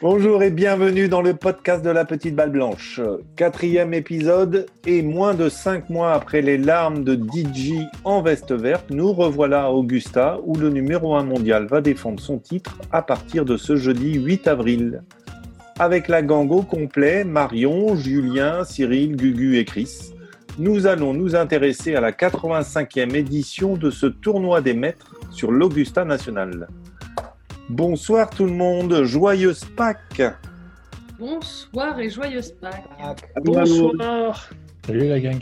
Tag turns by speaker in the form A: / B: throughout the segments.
A: Bonjour et bienvenue dans le podcast de la petite balle blanche. Quatrième épisode et moins de cinq mois après les larmes de DJ en veste verte, nous revoilà à Augusta où le numéro 1 mondial va défendre son titre à partir de ce jeudi 8 avril. Avec la gang au complet, Marion, Julien, Cyril, Gugu et Chris, nous allons nous intéresser à la 85e édition de ce tournoi des maîtres sur l'Augusta National. Bonsoir tout le monde, joyeuse Pâques
B: Bonsoir et joyeuse Pâques.
C: Bonsoir.
D: Salut la gang.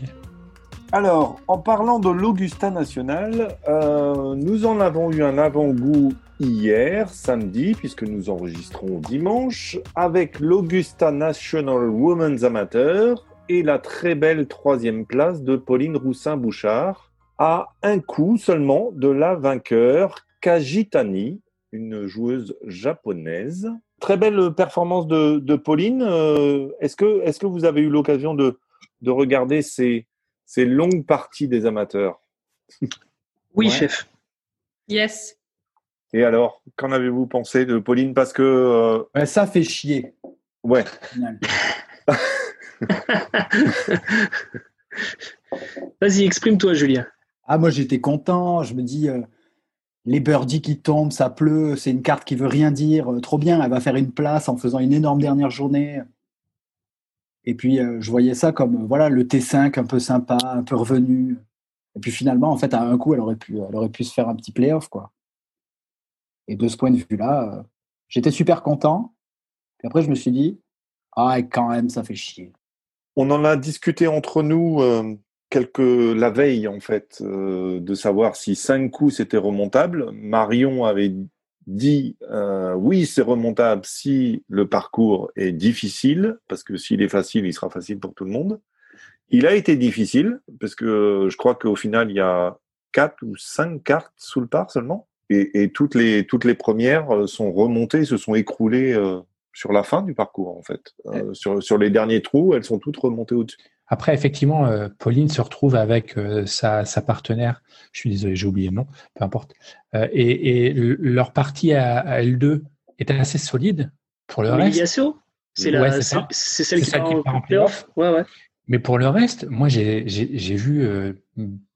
A: Alors, en parlant de l'Augusta National, euh, nous en avons eu un avant-goût hier, samedi, puisque nous enregistrons dimanche, avec l'Augusta National Women's Amateur et la très belle troisième place de Pauline Roussin-Bouchard, à un coup seulement de la vainqueur Kajitani, une joueuse japonaise. Très belle performance de, de Pauline. Euh, Est-ce que, est que vous avez eu l'occasion de, de regarder ces, ces longues parties des amateurs
C: Oui, chef.
B: Yes.
A: Et alors, qu'en avez-vous pensé de Pauline Parce que... euh,
E: Ouais, ça fait chier.
A: ouais,
C: Vas-y, exprime-toi, Julien.
E: Ah, moi j'étais content. Je me dis, euh, les birdies qui tombent, ça pleut, c'est une carte qui veut rien dire. Euh, trop bien, elle va faire une place en faisant une énorme dernière journée. Et puis euh, je voyais ça comme euh, voilà le T5 un peu sympa, un peu revenu. Et puis finalement, en fait, à un coup, elle aurait pu, elle aurait pu se faire un petit playoff quoi. Et de ce point de vue-là, euh, j'étais super content. Puis après, je me suis dit, ah, et quand même, ça fait chier.
A: on en a discuté entre nous euh, quelques, la veille, en fait, euh, de savoir si cinq coups, c'était remontable. Marion avait dit euh, oui, c'est remontable si le parcours est difficile, parce que s'il est facile, il sera facile pour tout le monde. Il a été difficile, parce que je crois qu'au final, il y a quatre ou cinq cartes sous le par seulement. Et, et toutes, les, toutes les premières euh, sont remontées, se sont écroulées euh, sur la fin du parcours, en fait. Euh, sur, sur les derniers trous, elles sont toutes remontées au-dessus.
D: Après, effectivement, euh, Pauline se retrouve avec euh, sa, sa partenaire. Je suis désolé, j'ai oublié le nom, peu importe. Euh, et et le- leur partie à, à L2 était assez solide pour le reste.
C: Miliasso C'est la-
D: Ouais, c'est
C: c'est-
D: ça.
C: c'est celle
D: C'est
C: qui part en playoff Ouais, ouais.
D: Mais pour le reste, moi, j'ai j'ai- j'ai vu euh,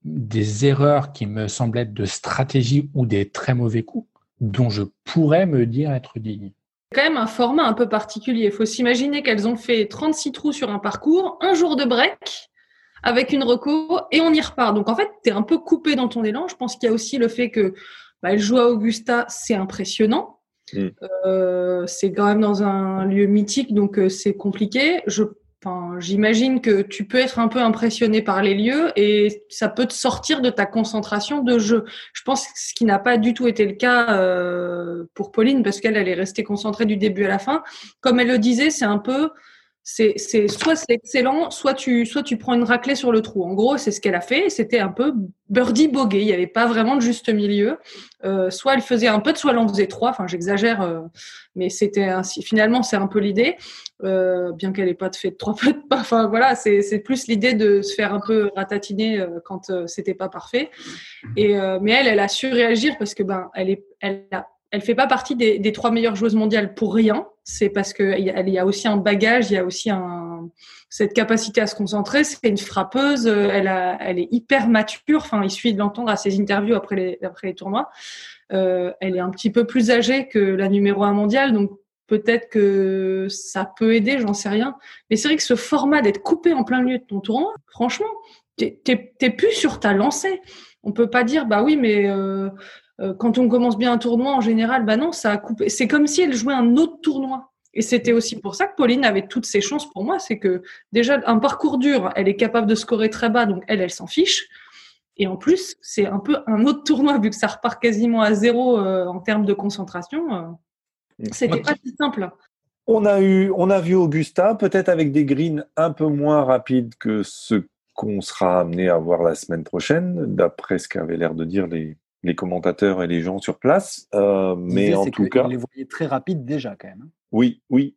D: des erreurs qui me semblaient être de stratégie ou des très mauvais coups dont je pourrais me dire être digne.
B: C'est quand même un format un peu particulier. Il faut s'imaginer qu'elles ont fait 36 trous sur un parcours, un jour de break avec une reco et on y repart. Donc en fait, tu es un peu coupé dans ton élan. Je pense qu'il y a aussi le fait que bah, elle joue à Augusta, c'est impressionnant.
A: Mm.
B: Euh, c'est quand même dans un lieu mythique, donc euh, c'est compliqué. Je enfin, J'imagine que tu peux être un peu impressionné par les lieux et ça peut te sortir de ta concentration de jeu. Je pense que ce qui n'a pas du tout été le cas euh, pour Pauline, parce qu'elle elle est restée concentrée du début à la fin. Comme elle le disait, c'est un peu, c'est c'est- soit c'est excellent, soit tu, soit tu prends une raclée sur le trou. En gros, c'est ce qu'elle a fait. et C'était un peu birdie bogué. Il n'y avait pas vraiment de juste milieu. Euh, soit elle faisait un peu, soit elle en faisait trois. Enfin, j'exagère, euh, mais c'était ainsi. Finalement, c'est un peu l'idée, Euh, bien qu'elle n'ait pas de fait de trois peu de pas. Enfin voilà, c'est c'est plus l'idée de se faire un peu ratatiner euh, quand euh, c'était pas parfait. Et, euh, mais elle, elle a su réagir parce que ben, elle est, elle a- elle fait pas partie des, des trois meilleures joueuses mondiales pour rien. C'est parce que il y a- elle y a aussi un bagage, il y a aussi un, cette capacité à se concentrer. C'est une frappeuse. euh, Elle a, elle est hyper mature. Enfin, il suffit de l'entendre à ses interviews après les, après les tournois. Euh, elle est un petit peu plus âgée que la numéro un mondiale, donc peut-être que ça peut aider. J'en sais rien. Mais c'est vrai que ce format d'être coupé en plein milieu de ton tournoi, franchement, t'es- t'es t'es plus sur ta lancée. On peut pas dire bah oui, mais euh, euh, quand on commence bien un tournoi en général, bah non, ça a coupé. C'est comme si elle jouait un autre tournoi. Et c'était aussi pour ça que Pauline avait toutes ses chances pour moi, c'est que déjà un parcours dur, elle est capable de scorer très bas, donc elle, elle s'en fiche. Et en plus, c'est un peu un autre tournoi vu que ça repart quasiment à zéro euh, en termes de concentration. euh. C'était
D: Ok.
B: pas si simple.
A: On a eu, on a vu Augusta, peut-être avec des greens un peu moins rapides que ce qu'on sera amené à voir la semaine prochaine, d'après ce qu'avaient l'air de dire les, les commentateurs et les gens sur place. Euh, mais
E: L'idée,
A: en
E: c'est
A: tout
E: que
A: cas,
E: il les voyait très rapides déjà quand même. hein.
A: Oui, oui.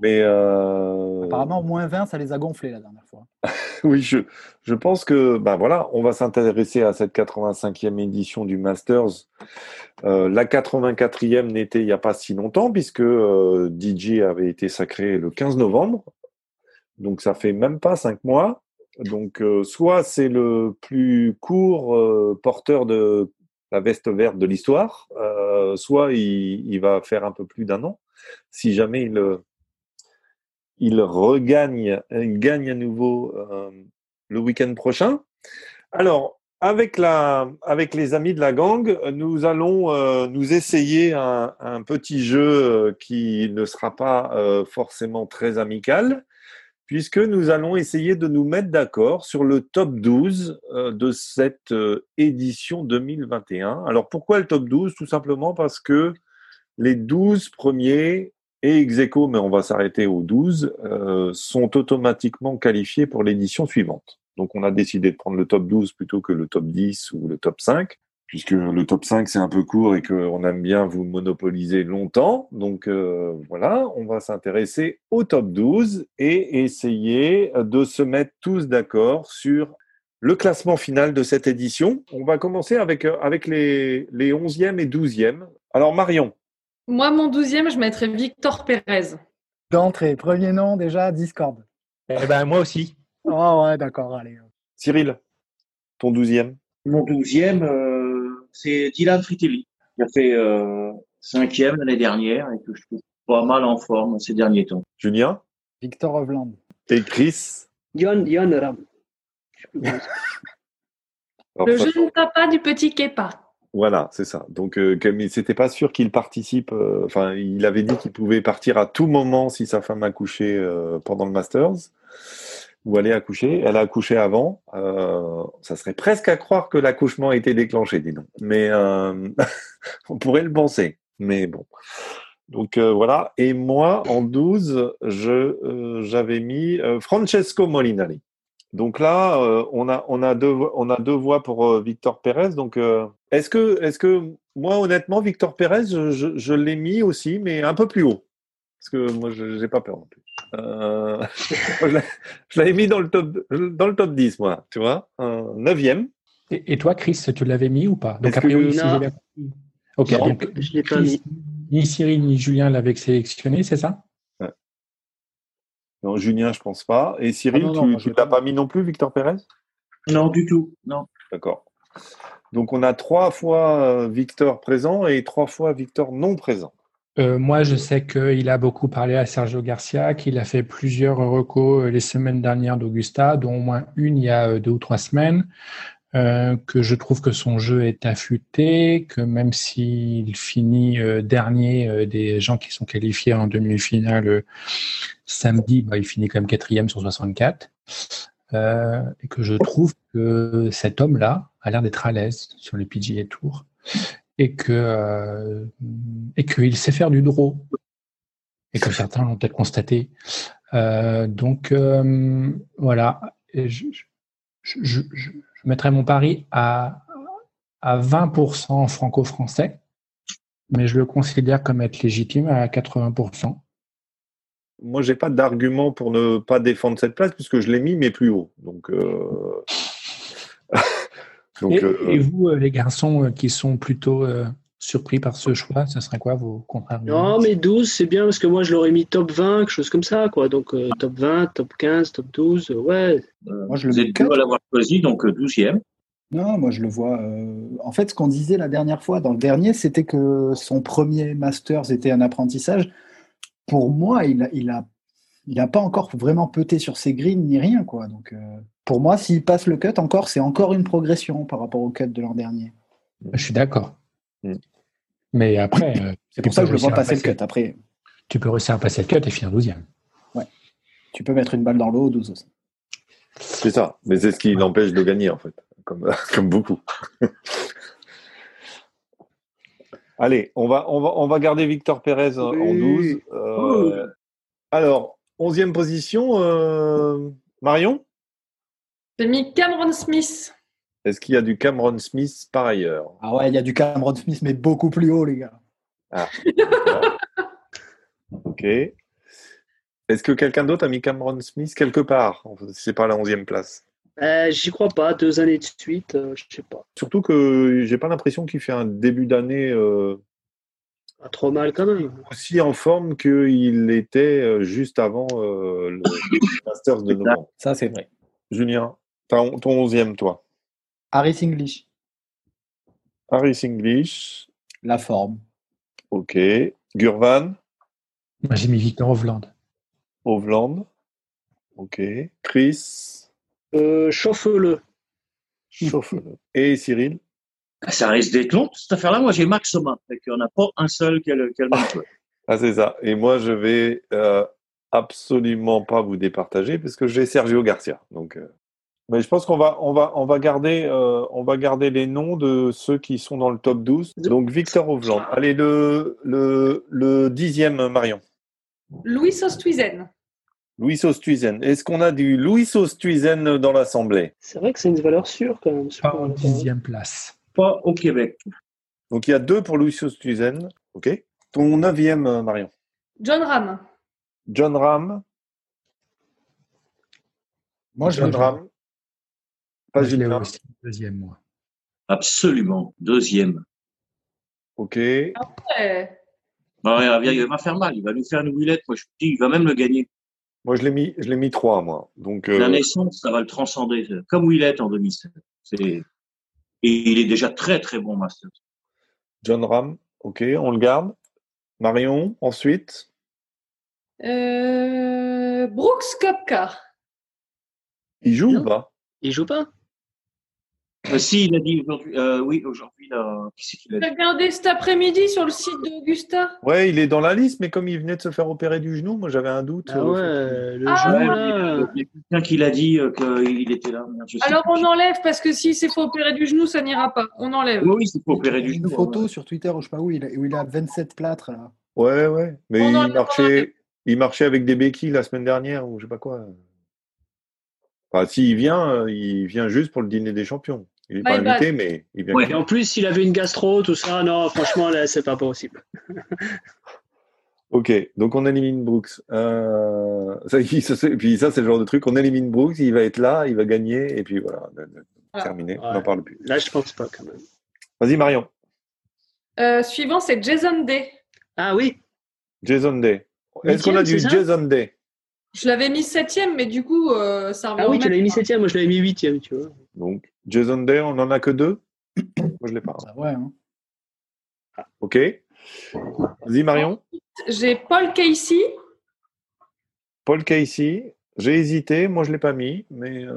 A: Mais euh,
E: Apparemment, moins 20, ça les a gonflés la dernière fois.
A: oui, je, je pense que ben voilà, on va s'intéresser à cette 85e édition du Masters. Euh, la 84e n'était il n'y a pas si longtemps, puisque euh, DJ avait été sacré le 15 novembre. Donc ça fait même pas cinq mois. Donc euh, soit c'est le plus court euh, porteur de la veste verte de l'histoire, euh, soit il, il va faire un peu plus d'un an. Si jamais il, euh, il regagne, euh, il gagne à nouveau euh, le week-end prochain. Alors, avec, la, avec les amis de la gang, nous allons euh, nous essayer un, un petit jeu euh, qui ne sera pas euh, forcément très amical, puisque nous allons essayer de nous mettre d'accord sur le top 12 euh, de cette euh, édition 2021. Alors pourquoi le top 12 Tout simplement parce que les 12 premiers et ex aequo, mais on va s'arrêter aux 12, euh, sont automatiquement qualifiés pour l'édition suivante. Donc on a décidé de prendre le top 12 plutôt que le top 10 ou le top 5, puisque le top 5 c'est un peu court et qu'on aime bien vous monopoliser longtemps. Donc euh, voilà, on va s'intéresser au top 12 et essayer de se mettre tous d'accord sur le classement final de cette édition. On va commencer avec, euh, avec les, les 11e et 12e. Alors Marion,
B: Moi, mon douzième, je mettrais Victor Pérez.
E: D'entrée, premier nom déjà, Discord.
D: Eh ben, moi aussi.
E: Oh ouais, d'accord, allez.
A: Cyril, ton 12e.
F: Mon douzième, euh, c'est Dylan Fritelli, qui a fait euh, cinquième l'année dernière et que je trouve pas mal en forme ces derniers temps.
A: Julien
E: Victor Hovland.
A: et Chris.
C: Yann, Yann Ram.
A: Alors,
B: Le
A: ça-
B: jeune papa du petit Kepa.
A: Voilà, c'est ça. Donc, euh, comme il n'était pas sûr qu'il participe, euh, enfin, il avait dit qu'il pouvait partir à tout moment si sa femme accouchait euh, pendant le Masters ou aller accoucher. Elle a accouché avant. Euh, ça serait presque à croire que l'accouchement a été déclenché, dis donc. Mais euh, on pourrait le penser. Mais bon. Donc euh, voilà. Et moi, en 12, je, euh, j'avais mis euh, Francesco Molinari. Donc là, euh, on, a, on, a deux, vo- on a deux voix pour euh, Victor Pérez. Donc, euh, est-ce que, est que, moi, honnêtement, Victor Pérez, je, je- je l'ai mis aussi, mais un peu plus haut. Parce que moi, je n'ai pas peur non plus. Euh, moi, je l'ai- je l'avais mis dans le, top, dans le top 10, moi, tu vois. Un neuvième.
D: Et, et toi, Chris, tu l'avais mis ou pas Donc,
A: Est-ce
D: a priori,
A: que-
D: si
C: Non.
D: j'ai bien compris. Ok,
A: Non.
D: donc,
C: Je l'ai pas mis.
D: Chris, ni Cyril ni Julien l'avaient sélectionné, c'est ça
A: Non, Julien, je pense pas. Et Cyril,
E: Ah non, non, moi,
A: tu
E: je
A: ne
E: l'ai
A: l'as
E: pas
A: pas mis non plus, Victor Pérez
F: Non, du tout. Non.
A: D'accord. Donc, on a trois fois euh, Victor présent et trois fois Victor non présent.
D: Euh, moi, je sais qu'il a beaucoup parlé à Sergio Garcia, qu'il a fait plusieurs recos euh, les semaines dernières d'Augusta, dont au moins une il y a euh, deux ou trois semaines, euh, que je trouve que son jeu est affûté, que même s'il finit euh, dernier euh, des gens qui sont qualifiés en demi-finale euh, samedi, bah, il finit quand même quatrième sur 64, euh, et que je trouve que cet homme-là a l'air d'être à l'aise sur le PGA Tour et que euh, et qu'il sait faire du draw et que certains l'ont peut-être constaté. Euh, donc euh, voilà, Et je, je, je, je- je mettrai mon pari à à 20% franco-français, mais je le considère comme être légitime à 80%.
A: Moi, j'ai pas d'argument pour ne pas défendre cette place puisque je l'ai mis mais plus haut. Donc, euh, donc
D: et,
A: euh,
D: et vous, euh, les garçons euh, qui sont plutôt euh, surpris par ce choix, ce serait quoi vos contre-arguments
C: Non, mais 12, c'est bien parce que moi, je l'aurais mis top 20, quelque chose comme ça, quoi. Donc, euh, top 20, top 15, top 12, euh, ouais.
F: Euh,
E: Moi, je le
F: vous
E: mets
F: êtes deux à l'avoir choisi, donc euh, douzième.
E: Non, moi je le vois. euh, En fait, ce qu'on disait la dernière fois, dans le dernier, c'était que son premier master, c'était un apprentissage. Pour moi, il a, il a, il a pas encore vraiment peuté sur ses greens ni rien, quoi. Donc, euh, pour moi, s'il passe le cut encore, c'est encore une progression par rapport au cut de l'an dernier.
D: Je suis d'accord.
A: Mm.
D: Mais après, euh,
E: C'est
D: tu
E: pour ça que
D: peux
E: je le vois
D: réussir à
E: passer le
D: passer-
E: cut. Après,
D: Tu peux réussir à passer le cut et finir 12e.
E: tu peux mettre une balle dans l'eau, 12 aussi.
A: c'est ça. Mais c'est ce qui l'empêche de gagner en fait, comme, comme beaucoup. Allez, on va, on va, on va garder Victor Pérez euh, en
C: Oui.
A: 12. Euh, alors, 11e position, euh, Marion
B: J'ai mis Cameron Smith.
A: Est-ce qu'il y a du Cameron Smith par ailleurs
E: Ah ouais, il y a du Cameron Smith, mais beaucoup plus haut, les gars.
A: Donc, Ok. Est-ce que quelqu'un d'autre a mis Cameron Smith quelque part C'est pas la 11e place.
C: Euh, J'y crois pas, deux années de suite, euh, je sais pas.
A: Surtout que j'ai pas l'impression qu'il fait un début d'année euh,
C: Pas trop mal quand même.
A: aussi en forme qu'il était euh, juste avant euh, le Masters de novembre.
E: Ça, c'est vrai.
A: Julien, t'as on- ton 11e, toi.
E: Harris English,
A: Harris English,
E: la forme.
A: ok. Gurvan,
D: Moi, j'ai mis Victor Hovland.
A: Hovland, ok. Chris
C: Euh, Chauffe-le.
A: et Cyril.
F: Ah, Ça risque d'être long, cette affaire-là. Moi, j'ai Max Soma. Fait qu'il n'y en a pas un seul qui a le, qui a le même choix.
A: Ah, c'est ça. Et moi, je vais euh, absolument pas vous départager parce que j'ai Sergio Garcia. Donc, euh, mais je pense qu'on va, on va, on va garder, euh, on va garder les noms de ceux qui sont dans le top 12. Donc, Victor Hovland. Allez, le, le, le dixième, Marion.
B: Louis Ostuizen.
A: Louis Ostuizen. Est-ce qu'on a du Louis Ostuizen dans l'assemblée
C: C'est vrai que c'est une valeur sûre quand même.
D: Pas en dixième place.
F: Pas au Québec.
A: Donc, il y a deux pour Louis Ostuizen. Ok. Ton neuvième, euh, Marion.
B: John Ram.
A: John Ram.
E: Moi, je
A: John
D: l'ai.
A: Ram. Pas
D: Moi, je l'ai
A: Gilbert.
D: aussi, deuxième, moi.
F: Absolument. Deuxième.
A: Ok.
B: Ouais.
F: Bah, ouais, il va- il va faire mal. Il va nous faire une roulette. Moi, je te dis, il va même le gagner.
A: Moi, je l'ai mis, je l'ai mis trois, moi. Donc, euh,
F: La naissance, ça va le transcender. euh, Comme Willett en 2007. C'est- Et il est déjà très, très bon, Master.
A: John Ram, ok, on le garde. Marion, ensuite.
B: Euh, Brooks Koepka.
A: Il joue
C: Non.
A: ou pas
C: Il joue pas
F: Euh, si, il a dit aujourd'hui. euh, oui, aujourd'hui, là, qui c'est qu'il a dit
B: J'ai regardé cet après-midi sur le site d'Augusta.
A: Ouais, il est dans la liste, mais comme il venait de se faire opérer du genou, moi j'avais un doute.
C: Ah
A: euh,
C: ouais, le
B: Ah,
C: genou,
F: Ouais,
C: là.
F: Il y a quelqu'un qui l'a dit euh, qu'il était là. Merde, je sais
B: Alors
F: plus.
B: on enlève parce que si c'est faut opérer du genou, ça n'ira pas. On enlève.
F: Oui, oui, c'est pour opérer du
E: une
F: genou.
E: photo sur Twitter ou je sais pas où, il a, où il a 27 plâtres. Là.
A: Ouais, ouais. Mais
B: On en
A: il
B: est
A: marchait, il marchait avec des béquilles la semaine dernière ou je sais pas quoi. Enfin, s'il vient, euh, il vient juste pour le dîner des champions. Il n'est pas
B: My bad.
A: invité, mais il vient.
F: Ouais.
A: quand
C: Et
A: même.
C: en plus, il avait une gastro, tout ça. Non, franchement, là, c'est pas possible.
A: Ok, donc on élimine Brooks. Euh, ça, il se- et puis ça, c'est le genre de truc. On élimine Brooks, il va être là, il va gagner, et puis voilà,
B: Voilà.
A: terminé. On
C: Ouais.
A: n'en parle plus.
C: Là, je pense pas quand même.
A: Vas-y, Marion.
B: Euh, suivant, c'est Jason Day.
C: Ah oui,
A: Jason Day. Est-ce
C: Huitième,
A: qu'on a du
C: c'est ça
A: Jason Day
B: Je l'avais mis septième, mais du coup, euh, ça revient
C: ah oui,
B: au
C: tu
B: même.
C: l'avais mis septième, moi je l'avais mis huitième, tu vois.
A: Donc, Jason Day, on n'en a que deux Moi, je l'ai pas.
E: Ah ouais, hein.
A: OK. Vas-y, Marion.
B: J'ai Paul Casey.
A: Paul Casey. J'ai hésité. Moi, je l'ai pas mis. Mais euh,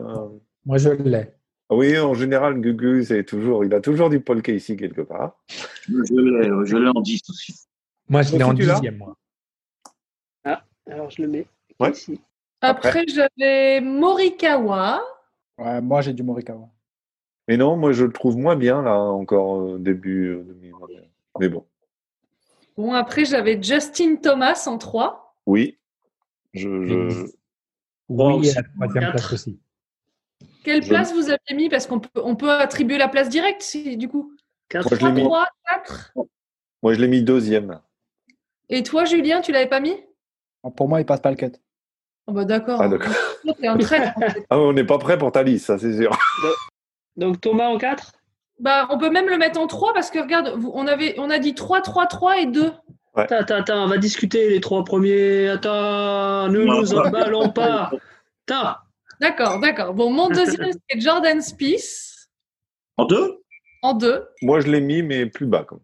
D: Moi, je l'ai.
A: oui, en général, Gugu, c'est toujours, il a toujours du Paul Casey quelque part.
F: Je l'ai, euh, je l'ai en 10 aussi.
D: Moi, je l'ai
A: Sophie,
D: en
A: tu l'as
D: dixième, moi.
C: Alors je le mets
A: Ouais.
C: ici.
A: Après.
B: Après, j'avais Morikawa.
E: Ouais, moi, j'ai du Morikawa.
A: Mais non, moi, je le trouve moins bien là, encore euh, début euh, 2021. Mais bon,
B: Bon, après, j'avais Justin Thomas en 3.
A: oui. Je, je-
D: Oui,
C: aussi.
D: à la troisième
C: Quatre.
D: place aussi.
B: Quelle
A: Je-
B: place vous avez mis Parce qu'on peut, on peut attribuer la place directe, si, du coup.
C: Quatre.
A: Moi, je l'ai
B: 3,
A: mis.
B: 3, 4.
A: Moi, je l'ai mis deuxième.
B: Et toi, Julien, tu l'avais pas mis
E: Pour moi, il passe pas le cut.
B: Oh, bah, D'accord.
A: Ah, d'accord.
B: Toi, t'es un traître. en fait.
A: Ah, on n'est pas prêt pour ta liste, ça, c'est sûr.
C: Donc Thomas en 4
B: bah, on peut même le mettre en 3 parce que regarde, vous- on, avait, on a dit 3, 3, 3 et 2.
C: Attends, attends, attends, on va discuter les trois premiers. Attends, ne nous emballons pas. Attends,
B: D'accord, d'accord. Bon, mon deuxième, c'est Jordan Spieth
F: En deux
B: en 2.
A: Moi, je l'ai mis, mais plus bas. Comme.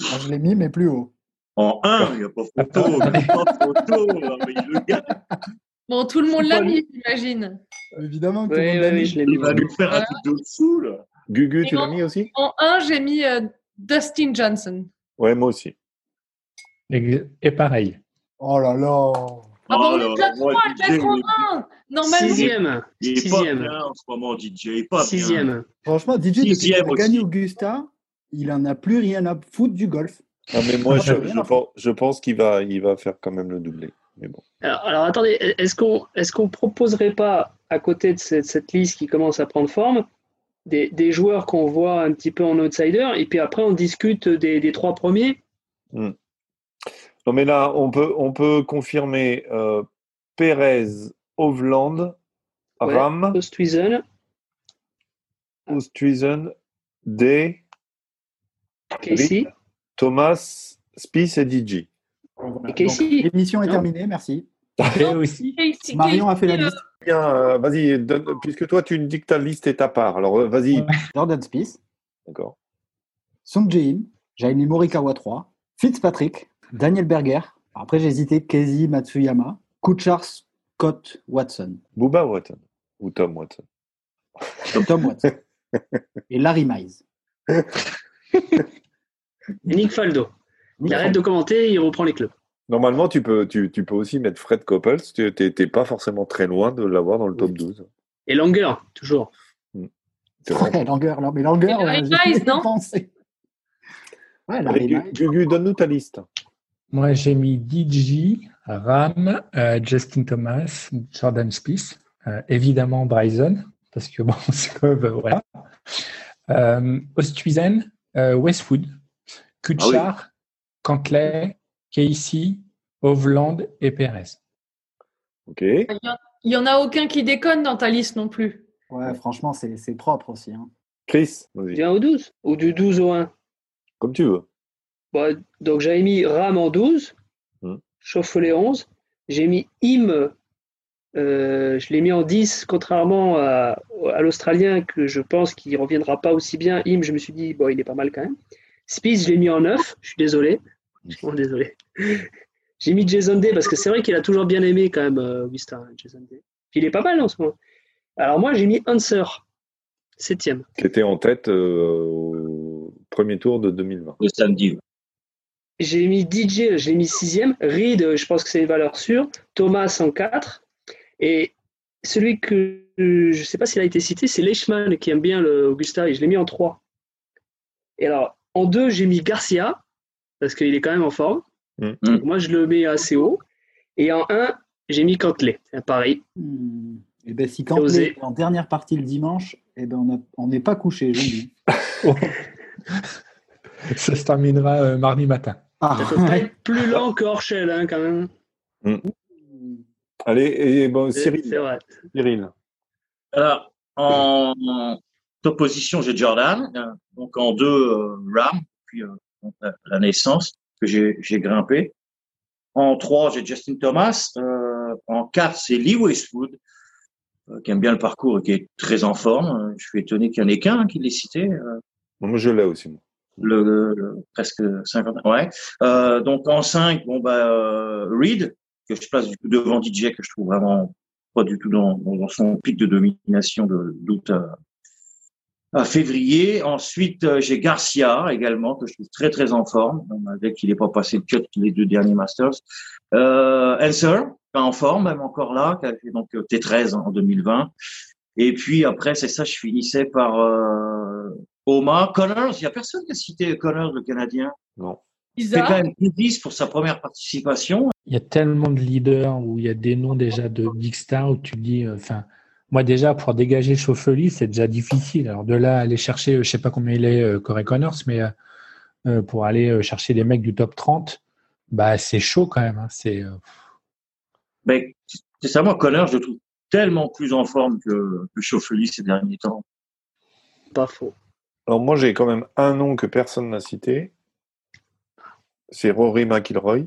E: Moi, je l'ai mis, mais plus haut.
F: En un, il n'y a pas photo. Il n'y a pas photo. Non, mais il le gagne.
B: Bon, tout le monde l'a
C: pas
B: mis, j'imagine.
E: Évidemment que tout le
C: oui,
E: monde
C: oui,
E: l'a
C: oui,
E: mis.
C: je l'ai mis.
F: Il va nous faire un truc de fou, là.
A: Gugu, tu
B: Et
A: l'as
B: en-
A: mis aussi
B: En 1, j'ai mis euh, Dustin Johnson.
A: Ouais, moi aussi.
D: Et, et pareil.
E: Oh là là
B: Ah bah, on est
F: Oh là
B: déjà
F: là, moi,
B: trois à le
F: DJ,
B: mettre en
F: il-
B: Normalement,
C: Sixième,
F: Il est pas
C: Sixième.
F: bien en ce moment, DJ. Il est pas bien.
C: sixième.
E: Franchement, DJ, depuis qu'il
F: Sixième
E: a gagné
F: aussi.
E: Augusta, il en a plus rien à foutre du golf.
A: Non, mais moi,
E: Moi,
A: je,
E: j'ai rien
A: je
E: à
A: pense, je pense qu'il va, il va faire quand même le doublé. Mais bon.
C: Alors, alors, attendez, est-ce qu'on est-ce qu'on proposerait pas à côté de cette, cette liste qui commence à prendre forme des, des joueurs qu'on voit un petit peu en outsider et puis après on discute des, des trois premiers
A: Non, mais là, on peut, on peut confirmer euh, Perez, Hovland,
C: Ouais.
A: Ram,
C: Ostwizel,
A: Osthuizen, Day,
C: Casey.
A: Thomas, Spice et DJ.
E: Voilà.
C: Et Casey.
E: Donc, L'émission est
C: Non.
E: terminée, merci.
D: Et aussi,
B: Casey-
E: Marion a fait la
B: Casey, euh,
E: liste.
A: Bien, euh, vas-y, donne- puisque toi, tu dictes ta liste et ta part. Alors, euh, vas-y.
E: Ouais. Jordan Spieth,
A: D'accord.
E: Sung Jae-in, Jaime Morikawa 3, Fitzpatrick, Daniel Berger. Après, j'ai hésité Casey Matsuyama, Kuchar, Scott Watson,
A: Booba Watson ou Tom Watson.
E: Tom Watson et Larry Mize.
C: Et Nick Faldo. Il arrête de commenter et il reprend les clubs.
A: Normalement, tu peux, tu, tu peux aussi mettre Fred Coppels. Tu t'es t'es pas forcément très loin de l'avoir dans le top 12.
C: Et Langer, toujours.
A: C'est vrai.
E: Ouais, Langer, non, mais Langer,
B: Et Larry
E: euh, j'ai
B: Mize, non
E: pensé. Ouais,
A: Allez,
E: Larry
A: Gu-
E: Mize.
A: Gugu, donne-nous ta liste.
D: moi j'ai mis DJ, Ram, euh, Justin Thomas, Jordan Spieth, euh, évidemment Bryson, parce que bon, c'est quand même, euh, voilà. Euh, Ostuizen, euh, Westwood, Kutchar, Cantley, Casey, Hovland et Perez.
A: Ok.
B: Il n'y en a aucun qui déconne dans ta liste non plus.
E: Ouais, franchement, c'est c'est propre aussi. hein.
A: Chris, vas-y.
C: Du 1 au 12 Ou du 12 au 1
A: comme tu veux.
C: Bon, Donc j'avais mis Ram en 12,
A: Hmm.
C: Chauffolet 11. J'ai mis Im, euh, je l'ai mis en 10, contrairement à, à l'Australien que je pense qu'il ne reviendra pas aussi bien. Im, je me suis dit, bon, il est pas mal quand même. Spice, je l'ai mis en 9, je suis désolé. Je suis vraiment désolé. J'ai mis Jason Day parce que c'est vrai qu'il a toujours bien aimé quand même, euh, Wistar, hein, Jason Day. Puis il est pas mal en ce moment. Alors moi, j'ai mis Answer, 7
A: Qui était en tête euh, au premier tour de 2020.
F: le samedi.
C: J'ai mis DJ, j'ai mis sixième. Reed, euh, je pense que c'est une valeur sûre. Thomas en 4. Et celui que euh, je ne sais pas s'il a été cité, c'est Leishman qui aime bien le Augusta et je l'ai mis en 3. Et alors, en 2, j'ai mis Garcia parce qu'il est quand même en forme.
A: Mm.
C: Donc moi, je le mets assez haut. Et en 1, j'ai mis Cantley. C'est pareil.
E: Hmm. Eh ben, si quand
C: J'ai
E: on
C: osé.
E: est en dernière partie le dimanche, eh ben, on a- on n'est pas couché, je vous le dis.
D: Ça se terminera euh, mardi matin.
E: Ah,
C: Ça peut pas être plus lent que Horschel, hein, quand même.
A: Allez, et bon,
C: C'est c'est
A: Cyril.
C: vrai.
A: Cyril.
F: Alors, en opposition, j'ai Jordan, euh, donc en deux euh, Ram, puis euh, donc, la, la naissance que j'ai j'ai grimpé. En trois, j'ai Justin Thomas. euh, en quatre, c'est Lee Westwood, euh, qui aime bien le parcours et qui est très en forme. Euh, Je suis étonné qu'il n'y en ait qu'un hein, qui l'ait cité. euh,
A: Moi, je l'ai aussi. moi.
F: le, le- le- presque 50 ouais euh, donc en 5 bon bah euh, Reed que je place du coup devant DJ que je trouve vraiment pas du tout dans, dans- dans son pic de domination de d'août à, à février ensuite euh, j'ai Garcia également que je trouve très très en forme avec qu'il n'est pas passé de cut les deux derniers Masters euh, Answer pas en forme même encore là qui a fait donc euh, T13 en 2020 et puis après c'est ça je finissais par euh, Omar, Connors, il n'y a personne qui a cité Connors, le Canadien.
A: Non.
F: Il fait
B: Bizarre.
F: quand même plus 10 pour sa première participation.
D: Il y a tellement de leaders où il y a des noms déjà de big stars où tu te dis, euh, enfin, moi déjà pour dégager Schauffele, c'est déjà difficile. Alors de là à aller chercher, euh, je sais pas combien il est euh, Corey Connors, mais euh, euh, pour aller euh, chercher des mecs du top 30, bah c'est chaud quand même. hein. C'est euh,
F: Mais c'est ça, moi, Connors, je le trouve tellement plus en forme que, que Schauffele ces derniers temps.
C: Pas faux.
A: Alors, moi, j'ai quand même un nom que personne n'a cité. C'est Rory McIlroy.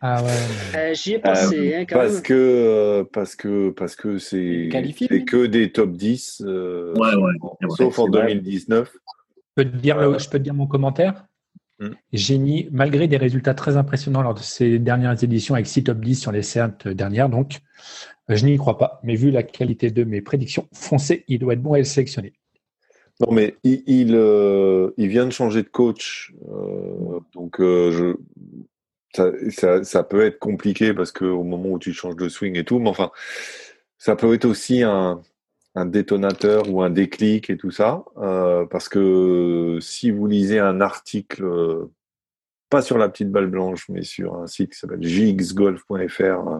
D: ah ouais, mais-
C: Euh, J'y ai pensé, hein, quand
A: parce,
C: même.
A: que, euh, parce que parce que c'est
E: Il qualifie,
A: c'est
E: lui.
A: que des top 10, euh,
F: Ouais, ouais. c'est vrai.
A: sauf en
E: c'est vrai.
A: 2019.
D: je peux te dire, le- je peux te dire mon commentaire.
A: Hmm.
D: J'ai mis, malgré des résultats très impressionnants lors de ces dernières éditions avec 6 top 10 sur les 7 dernières, donc euh, je n'y crois pas. Mais vu la qualité de mes prédictions foncées, il doit être bon à le sélectionner.
A: Non, mais il, il, euh, il vient de changer de coach. euh, donc, euh, je, ça, ça- ça peut être compliqué parce qu'au moment où tu changes de swing et tout, mais enfin, ça peut être aussi un, un détonateur ou un déclic et tout ça. euh, parce que si vous lisez un article, euh, pas sur la petite balle blanche, mais sur un site qui s'appelle jxgolf.fr, euh,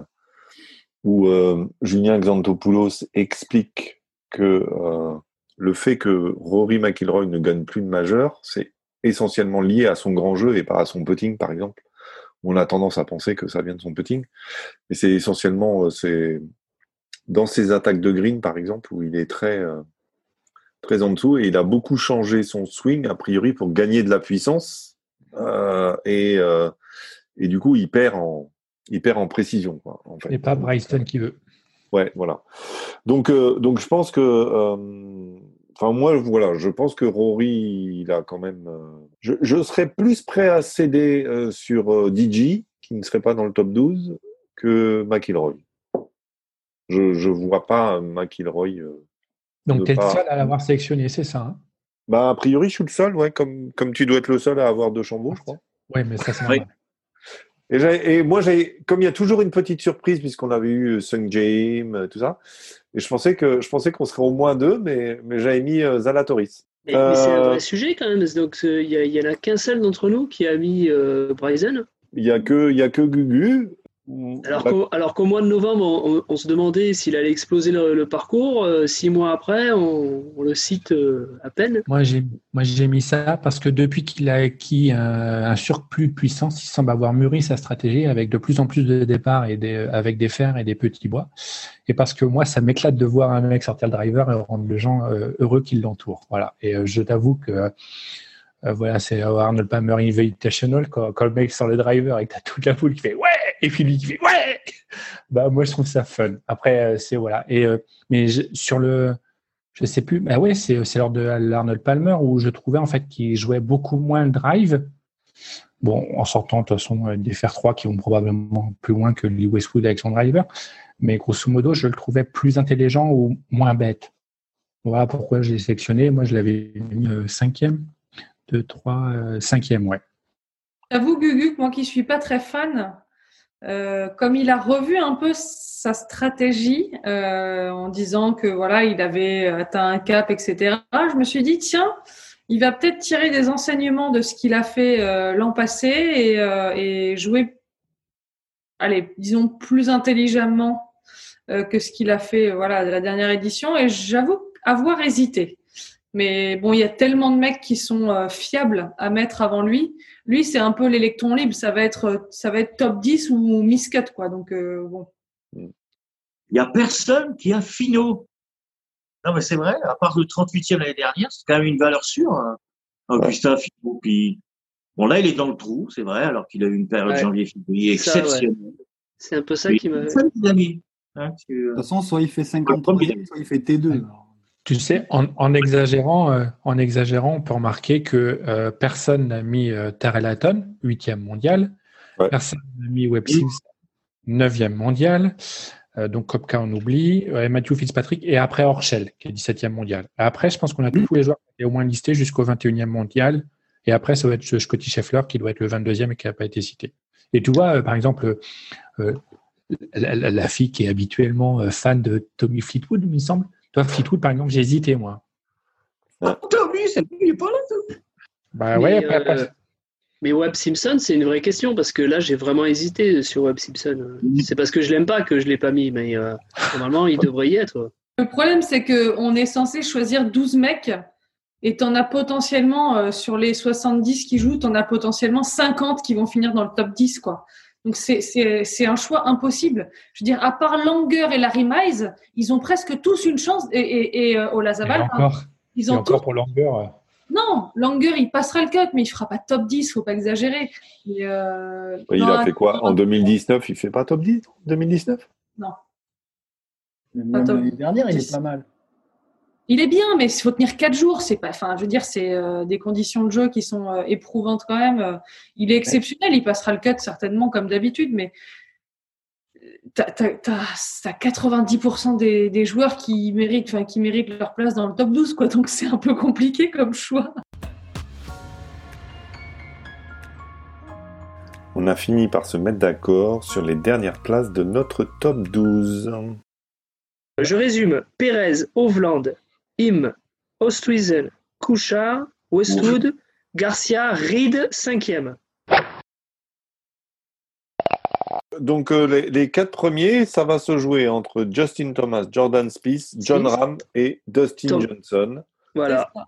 A: où euh, Julien Xantopoulos explique que. euh, le fait que Rory McIlroy ne gagne plus de majeur, c'est essentiellement lié à son grand jeu et pas à son putting, par exemple, on a tendance à penser que ça vient de son putting. Mais c'est essentiellement euh, c'est dans ses attaques de green, par exemple, où il est très, euh, très en dessous et il a beaucoup changé son swing, a priori, pour gagner de la puissance. Euh, et, euh, et du coup, il perd en, il perd en précision. quoi, en fait.
D: Et pas Bryson qui veut.
A: Ouais, voilà. Donc, euh, donc je pense que, euh, enfin moi, voilà, je pense que Rory, il a quand même. euh, je, je serais plus prêt à céder euh, sur euh, DJ, qui ne serait pas dans le top 12, que McIlroy. Je je vois pas euh, McIlroy. euh.
D: Donc,
A: De
D: t'es le
A: pas-
D: seul à l'avoir sélectionné, c'est ça. hein
A: Bah a priori, je suis le seul, ouais, comme comme tu dois être le seul à avoir deux chambons, je crois.
D: ouais, mais ça, c'est
F: Oui.
D: normal.
A: Et, j'ai- et moi, j'ai, comme il y a toujours une petite surprise, puisqu'on avait eu Sung Jaim, euh, tout ça, et je pensais que je pensais qu'on serait au moins deux, mais, mais j'avais mis euh, Zalatoris.
C: Mais, mais c'est un
A: Euh,
C: vrai sujet quand même. Donc euh, il y, a- il y en a qu'un seul d'entre nous qui a mis euh, Bryson.
A: Il y a que, il y a que Gugu.
C: Alors
A: Bah,
C: qu'au alors qu'au mois de novembre, on, on- on se demandait s'il allait exploser le, le parcours. Euh, six mois après, on, on le cite euh, à peine.
D: Moi, j'ai moi, j'ai mis ça parce que depuis qu'il a acquis euh, un, un surplus de puissance, il semble avoir mûri sa stratégie avec de plus en plus de départs et des, avec des fers et des petits bois. Et parce que moi, ça m'éclate de voir un mec sortir le driver et rendre les gens euh, heureux qui l'entourent. Voilà. Et euh, je t'avoue que euh, voilà, c'est euh, Arnold Palmer Invitational quand, quand le mec sort le driver et que t'as toute la foule qui fait ouais et puis lui qui fait ouais. Bah moi, je trouve ça fun. Après, euh, c'est voilà. Et euh, mais je- sur le je sais plus. Bah ouais, c'est c'est lors de l'Arnold Palmer où je trouvais en fait qu'il jouait beaucoup moins le drive. Bon, en sortant de toute façon euh, des fer 3 qui vont probablement plus loin que Lee Westwood avec son driver, mais grosso modo, je le trouvais plus intelligent ou moins bête. Voilà pourquoi je l'ai sélectionné. Moi, je l'avais mis euh, cinquième, deux, trois, euh, cinquième, ouais.
B: J'avoue, Gugu, que moi qui suis pas très fan, euh, comme il a revu un peu sa stratégie euh, en disant que voilà, il avait atteint un cap, etc. Je me suis dit tiens, il va peut-être tirer des enseignements de ce qu'il a fait euh, l'an passé et, euh, et jouer, allez, disons plus intelligemment euh, que ce qu'il a fait euh, voilà de la dernière édition. Et j'avoue avoir hésité. Mais bon, il y a tellement de mecs qui sont euh, fiables à mettre avant lui lui c'est un peu l'électron libre ça va être ça va être top 10 ou miss cut quoi donc euh, bon
F: Il y a personne qui a finot. Non, mais c'est vrai, à part le 38e l'année dernière, c'est quand même une valeur sûre. hein. Augustin Finot, puis bon là il est dans le trou, c'est vrai, alors qu'il a eu une période
C: Ouais.
F: janvier-février
C: Ça, ouais.
F: exceptionnelle.
C: C'est un peu ça
F: Mais
C: qui m'a.
F: personne ne l'a mis, hein, tu-
E: toute façon, soit il fait 53 soit il fait T2.
D: Tu sais, en, en exagérant, euh, en exagérant, on peut remarquer que euh, personne n'a mis euh, Tarel Hatton, huitième mondial,
A: Ouais.
D: personne n'a mis Webb Simpson, neuvième mondial, euh, donc Kopka on oublie, euh, et Matthew Fitzpatrick, et après Horschel, qui est 17e mondial. Après, je pense qu'on a tous les joueurs qui étaient au moins listés jusqu'au 21e mondial, et après, ça va être ce Scotty Scheffler qui doit être le 22e et qui n'a pas été cité. Et tu vois, euh, par exemple, euh, la, la- la fille qui est habituellement euh, fan de Tommy Fleetwood, il me semble. Toi, Fleetwood, par exemple, j'ai hésité, moi.
F: Tommy, Ah, c'est lui, il est pas là.
D: Bah
C: Mais,
D: ouais, après,
C: euh,
D: après-
C: mais Webb Simpson, c'est une vraie question parce que là, j'ai vraiment hésité sur Webb Simpson. C'est parce que je l'aime pas que je l'ai pas mis, mais euh, normalement, il devrait y être.
B: le problème c'est que on est censé choisir 12 mecs et t'en as potentiellement euh, sur les 70 qui jouent t'en as potentiellement 50 qui vont finir dans le top 10 quoi donc c'est- c'est c'est un choix impossible je veux dire à part Langer et Larry Mize ils ont presque tous une chance et, et, et euh,
D: et
B: Olazábal, hein,
D: encore, et
B: ils ont tous
D: encore pour Langer. euh,
B: non Langer il passera le cut mais il fera pas top 10 faut pas exagérer Mais, euh,
A: Il
B: non,
A: a fait quoi En
B: non.
A: 2019, il fait pas top 10 2019
E: Même
B: Attends.
E: l'année dernière, il est pas mal.
B: Il est bien, mais il faut tenir quatre jours. C'est pas, enfin, je veux dire, c'est euh, des conditions de jeu qui sont euh, éprouvantes quand même. Euh, Il est exceptionnel, il passera le cut certainement comme d'habitude, mais euh, t'as t'as- t'as- t'as 90% des, des joueurs qui méritent, enfin, qui méritent leur place dans le top 12, quoi. Donc c'est un peu compliqué comme choix.
A: On a fini par se mettre d'accord sur les dernières places de notre top 12.
C: Je résume Pérez, Hovland, Im, Ostwiesel, Couchard, Westwood, Garcia, Reed, cinquième.
A: Donc euh, les, les quatre premiers, ça va se jouer entre Justin Thomas, Jordan Spieth, John
C: Spieth.
A: Ram et Dustin
C: Tom.
A: Johnson.
C: Voilà.
B: C'est ça.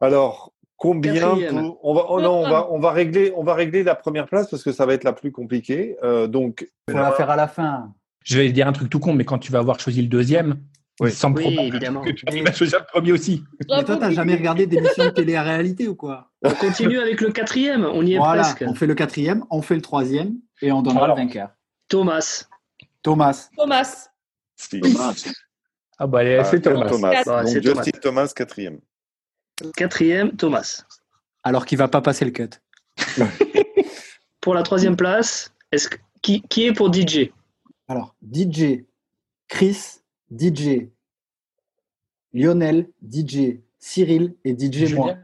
A: Alors, Combien
C: Quatrième.
A: pour- on va oh non, on va on va régler on va régler la première place parce que ça va être la plus compliquée. Euh, donc
E: On va la faire à la fin.
D: Je vais dire un truc tout con, mais quand tu vas avoir choisi le deuxième,
A: Oui.
D: il semble
C: Oui,
D: probable
C: évidemment.
D: que tu vas choisir le premier aussi.
E: Mais toi, t'as jamais regardé d'émission de télé-réalité ou quoi
C: On continue avec le quatrième, on y est
E: Voilà,
C: presque.
E: on fait le quatrième, on fait le troisième et on donnera
D: Alors.
E: le vainqueur.
C: Thomas.
E: Thomas,
G: Thomas.
F: Thomas.
D: Ah bah allez,
A: Ah,
D: c'est Thomas.
C: Ah,
A: Donc
C: c'est
A: Justin
C: Thomas.
A: Thomas quatrième.
C: Quatrième, Thomas.
E: alors qu'il va pas passer le cut.
C: Pour la troisième place, est-ce que- qui, qui est pour DJ
E: Alors, DJ, Chris, DJ, Lionel, DJ, Cyril et DJ moi.
D: Julien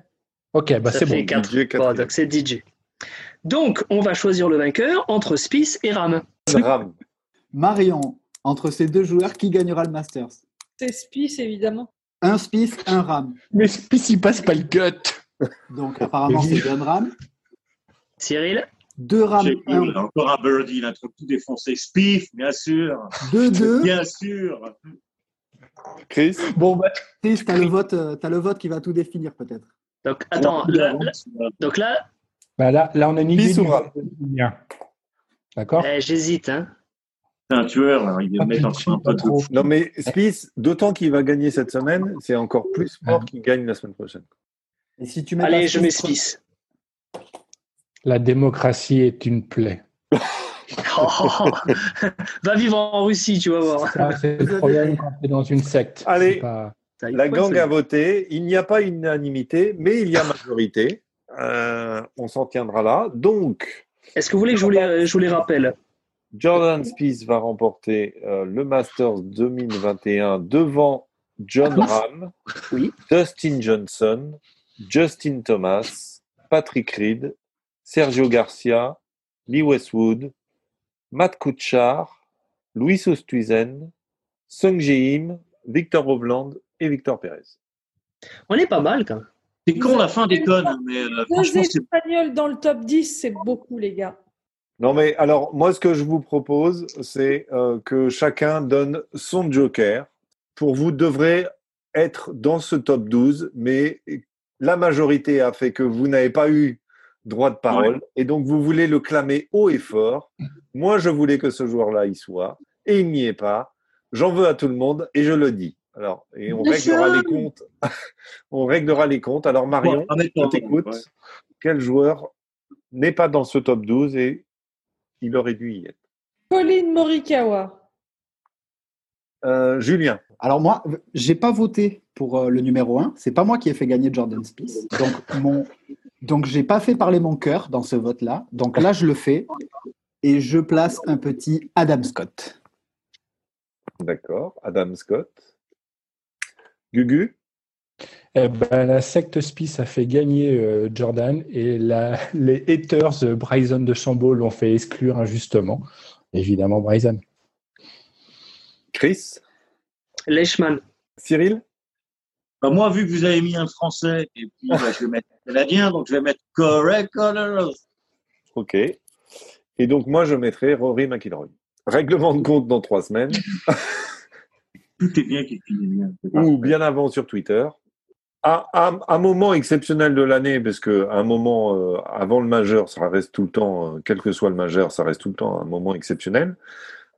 D: Ok, bah
C: Ça
D: c'est
C: fait
D: bon.
C: quatre.
A: DJ
C: Bon,
A: quatrième.
C: donc c'est DJ. Donc, on va choisir le vainqueur entre Spice et Ram.
A: Ram.
E: Marion, entre ces deux joueurs, qui gagnera le Masters
G: C'est Spice, évidemment.
E: Un Spice, un Ram.
D: Mais Spice, il passe pas le cut.
E: Donc, apparemment, c'est bien Ram.
C: Cyril,
E: Deux Ram,
F: J'ai
E: un,
F: eu encore un birdie, il a tout défoncé. Spiff, bien sûr.
E: deux, deux.
F: Bien sûr.
A: Chris.
D: Bon, bah,
E: Chris, t'as le vote, euh, t'as le vote qui va tout définir peut-être.
C: donc attends, là- là- donc là,
D: bah là, là, on a une idée.
A: Spice ou
D: du-
A: Ram
D: Bien. D'accord
C: eh, j'hésite. hein.
F: C'est un tueur, alors il vient de mettre
D: Applique-tu
F: encore un
D: pas
F: peu de
D: trop.
A: Non mais Spice, d'autant qu'il va gagner cette semaine, c'est encore plus fort qu'il gagne la semaine prochaine.
E: Et si tu mets pas
C: Allez, je mets
E: Spice,
C: Spice.
D: La démocratie est une plaie.
C: Oh, va vivre en Russie, tu vas voir.
D: Ça, c'est le problème quand t'es dans une secte.
A: Allez.
D: C'est pas-
C: Ça, il
A: La
C: faut
A: gang
C: essayer.
A: a voté. Il n'y a pas unanimité, mais il y a majorité. Euh, on s'en tiendra là. Donc,
C: Est-ce que vous voulez que je vous les, je vous les rappelle
A: Jordan Spieth va remporter euh, le Masters 2021 devant John Ram,
C: Oui.
A: Dustin Johnson, Justin Thomas, Patrick Reed, Sergio Garcia, Lee Westwood, Matt Kuchar, Luis Oosthuizen, Sung Jae-im, Victor Hovland et Victor Perez.
C: On est pas mal quand même.
F: C'est con, la fin déconne, hein, mais euh,
G: Deux
F: franchement, c'est
G: Espagnols dans le top 10, c'est beaucoup, les gars.
A: Non, mais alors, moi, ce que je vous propose, c'est euh, que chacun donne son joker. Pour vous, devrez être dans ce top 12, mais la majorité a fait que vous n'avez pas eu droit de parole, et donc vous voulez le clamer haut et fort. Moi, je voulais que ce joueur-là y soit, et il n'y est pas. J'en veux à tout le monde, et je le dis. Alors, et on réglera les comptes. on réglera les comptes. Alors, Marion,
F: Ouais,
A: je t'écoute.
F: ouais.
A: Quel joueur n'est pas dans ce top 12 et il aurait dû y être
G: Colin Morikawa.
A: Euh, Julien,
E: Alors moi, v- j'ai pas voté pour euh, le numéro 1. C'est pas moi qui ai fait gagner Jordan Spieth. Donc mon, donc j'ai pas fait parler mon cœur dans ce vote-là. Donc là, je le fais et je place un petit Adam Scott.
A: d'accord. Adam Scott. Gugu,
D: Eh ben, la secte Spice a fait gagner euh, Jordan et la- les haters euh, Bryson de Chambaud l'ont fait exclure injustement. Évidemment, Bryson.
A: Chris,
C: Leishman,
A: Cyril,
F: Bah, moi, vu que vous avez mis un français, et puis bah, je vais mettre un canadien, donc je vais mettre Corey Connors.
A: ok. Et donc moi, je mettrai Rory McIlroy. Règlement de compte dans trois semaines
F: Tout est bien qui finit bien. c'est
A: ou
F: parfait.
A: bien avant sur Twitter. À, à- un moment exceptionnel de l'année, parce que un moment euh, avant le majeur, ça reste tout le temps, euh, quel que soit le majeur, ça reste tout le temps un moment exceptionnel.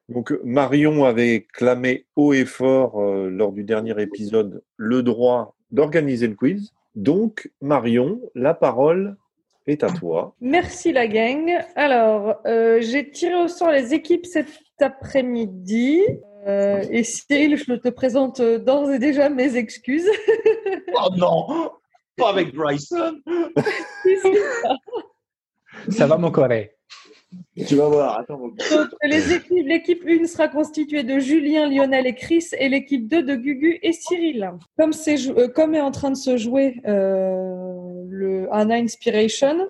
A: Donc Marion avait clamé haut et fort euh, lors du dernier épisode le droit d'organiser le quiz. Donc Marion, la parole est à toi.
G: Merci, la gang. Alors, euh, j'ai tiré au sort les équipes cet après-midi. Euh, et Cyril, je te présente euh, d'ores et déjà mes excuses.
F: Oh non Pas avec Bryson
D: Ça va, mon coré
F: Tu vas voir, attends. mon gars.
G: Donc, les équipes, l'équipe 1 sera constituée de Julien, Lionel et Chris et l'équipe 2 de Gugu et Cyril. Comme, c'est jou- euh, comme est en train de se jouer euh, le Hana Inspiration,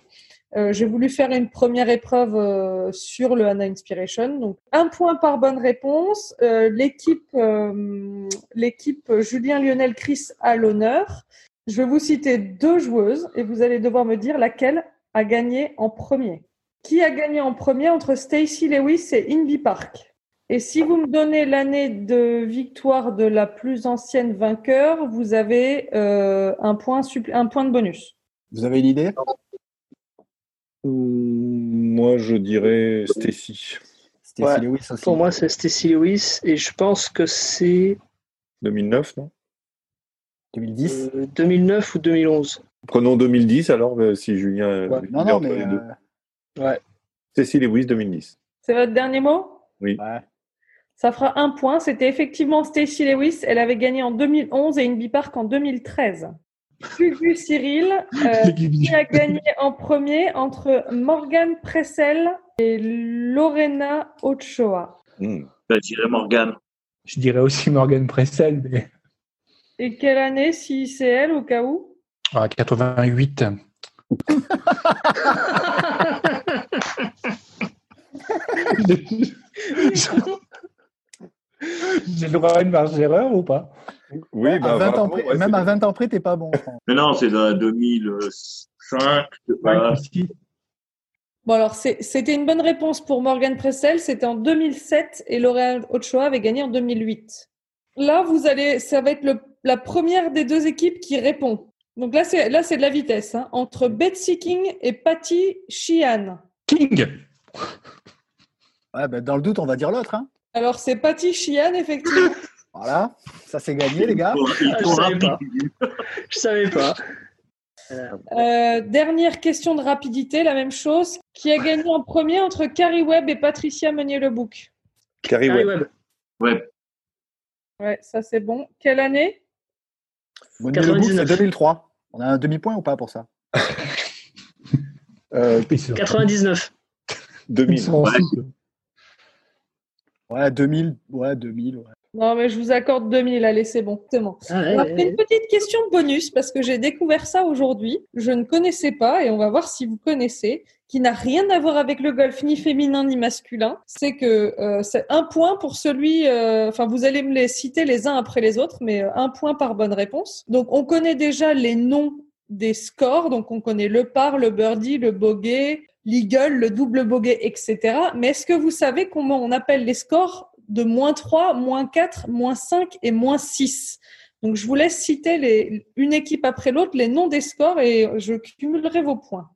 G: euh, j'ai voulu faire une première épreuve euh, sur le Hana Inspiration. Donc, un point par bonne réponse. Euh, l'équipe, euh, l'équipe Julien, Lionel, Chris a l'honneur. Je vais vous citer deux joueuses et vous allez devoir me dire laquelle a gagné en premier. Qui a gagné en premier entre Stacy Lewis et Indy Park Et si vous me donnez l'année de victoire de la plus ancienne vainqueur, vous avez euh, un, point supplé- un point de bonus.
E: Vous avez une idée
A: Hum, Moi, je dirais Stacy,
E: Stacy
C: Ouais.
E: Lewis aussi.
C: Pour moi, c'est Stacy Lewis et je pense que c'est
A: 2009, non
E: 2010.
C: euh, 2009 ou 2011.
A: Prenons 2010 alors, euh, si Julien. euh,
C: Ouais,
A: est
E: Non, non,
A: entre
E: mais.
A: les deux.
E: euh,
A: Stacy Lewis, 2010.
G: C'est votre dernier mot
E: ouais.
G: Ça fera un point. C'était effectivement Stacy Lewis. Elle avait gagné en 2011 et une bipark en 2013. Gugu Cyril, euh, qui a gagné en premier entre Morgan Pressel et Lorena Ochoa
A: Hum.
F: Bah, je dirais Morgane.
D: Je dirais aussi Morgan Pressel, mais
G: Et quelle année, si c'est elle, au cas où
D: en 88. J'ai j'ai le droit à une marge d'erreur ou pas
A: Oui, bah,
E: à 20 ans
A: bravo,
E: près-
A: ouais,
E: même
A: c'est-
E: à 20 ans près, t'es pas bon. je pense.
F: Mais non, c'est euh, de 2005. euh,
D: Si.
G: Bon, alors, c'est- c'était une bonne réponse pour Morgan Pressel. C'était en 2007 et Lorena Ochoa avait gagné en 2008. Là, vous allez, ça va être le- la première des deux équipes qui répond. Donc là, c'est là, c'est de la vitesse. hein. Entre Betsy King et Patty Sheehan.
D: King
E: Ouais, bah, dans le doute, on va dire l'autre. hein.
G: Alors, c'est Patty Sheehan, effectivement.
E: Voilà, ça c'est gagné, les gars.
F: ils courent- ils
C: Ah, je
F: courent
C: savais pas.
F: rapide.
C: Je savais pas.
G: Euh, dernière question de rapidité, la même chose. Qui a gagné en premier entre Carrie Webb et Patricia Meunier-Lebouc
A: Carrie
C: Harry
A: Webb,
C: Webb,
G: Ouais, ça c'est bon. Quelle année
E: Bon, mais le bout, c'est
C: 99.
E: 2003. On a un demi-point ou pas pour ça
A: euh,
D: Ils sont-
C: 99.
D: ils
A: 2000.
D: sont
F: Ouais.
D: fous.
E: Ouais, 2000. Ouais, 2000. ouais.
G: Non, mais je vous accorde 2000. Allez, c'est bon. C'est bon.
C: Ah, ouais,
G: On a
C: ouais,
G: fait
C: ouais.
G: une petite question bonus parce que j'ai découvert ça aujourd'hui. Je ne connaissais pas et on va voir si vous connaissez, qui n'a rien à voir avec le golf ni féminin ni masculin. C'est que euh, c'est un point pour celui. euh, Enfin, vous allez me les citer les uns après les autres, mais euh, un point par bonne réponse. Donc, on connaît déjà les noms des scores. Donc, on connaît le par, le birdie, le bogey, l'eagle, le double bogey, etc. Mais est-ce que vous savez comment on appelle les scores de moins 3, moins 4, moins 5 et moins 6 donc, je vous laisse citer les, une équipe après l'autre les noms des scores et je cumulerai vos points.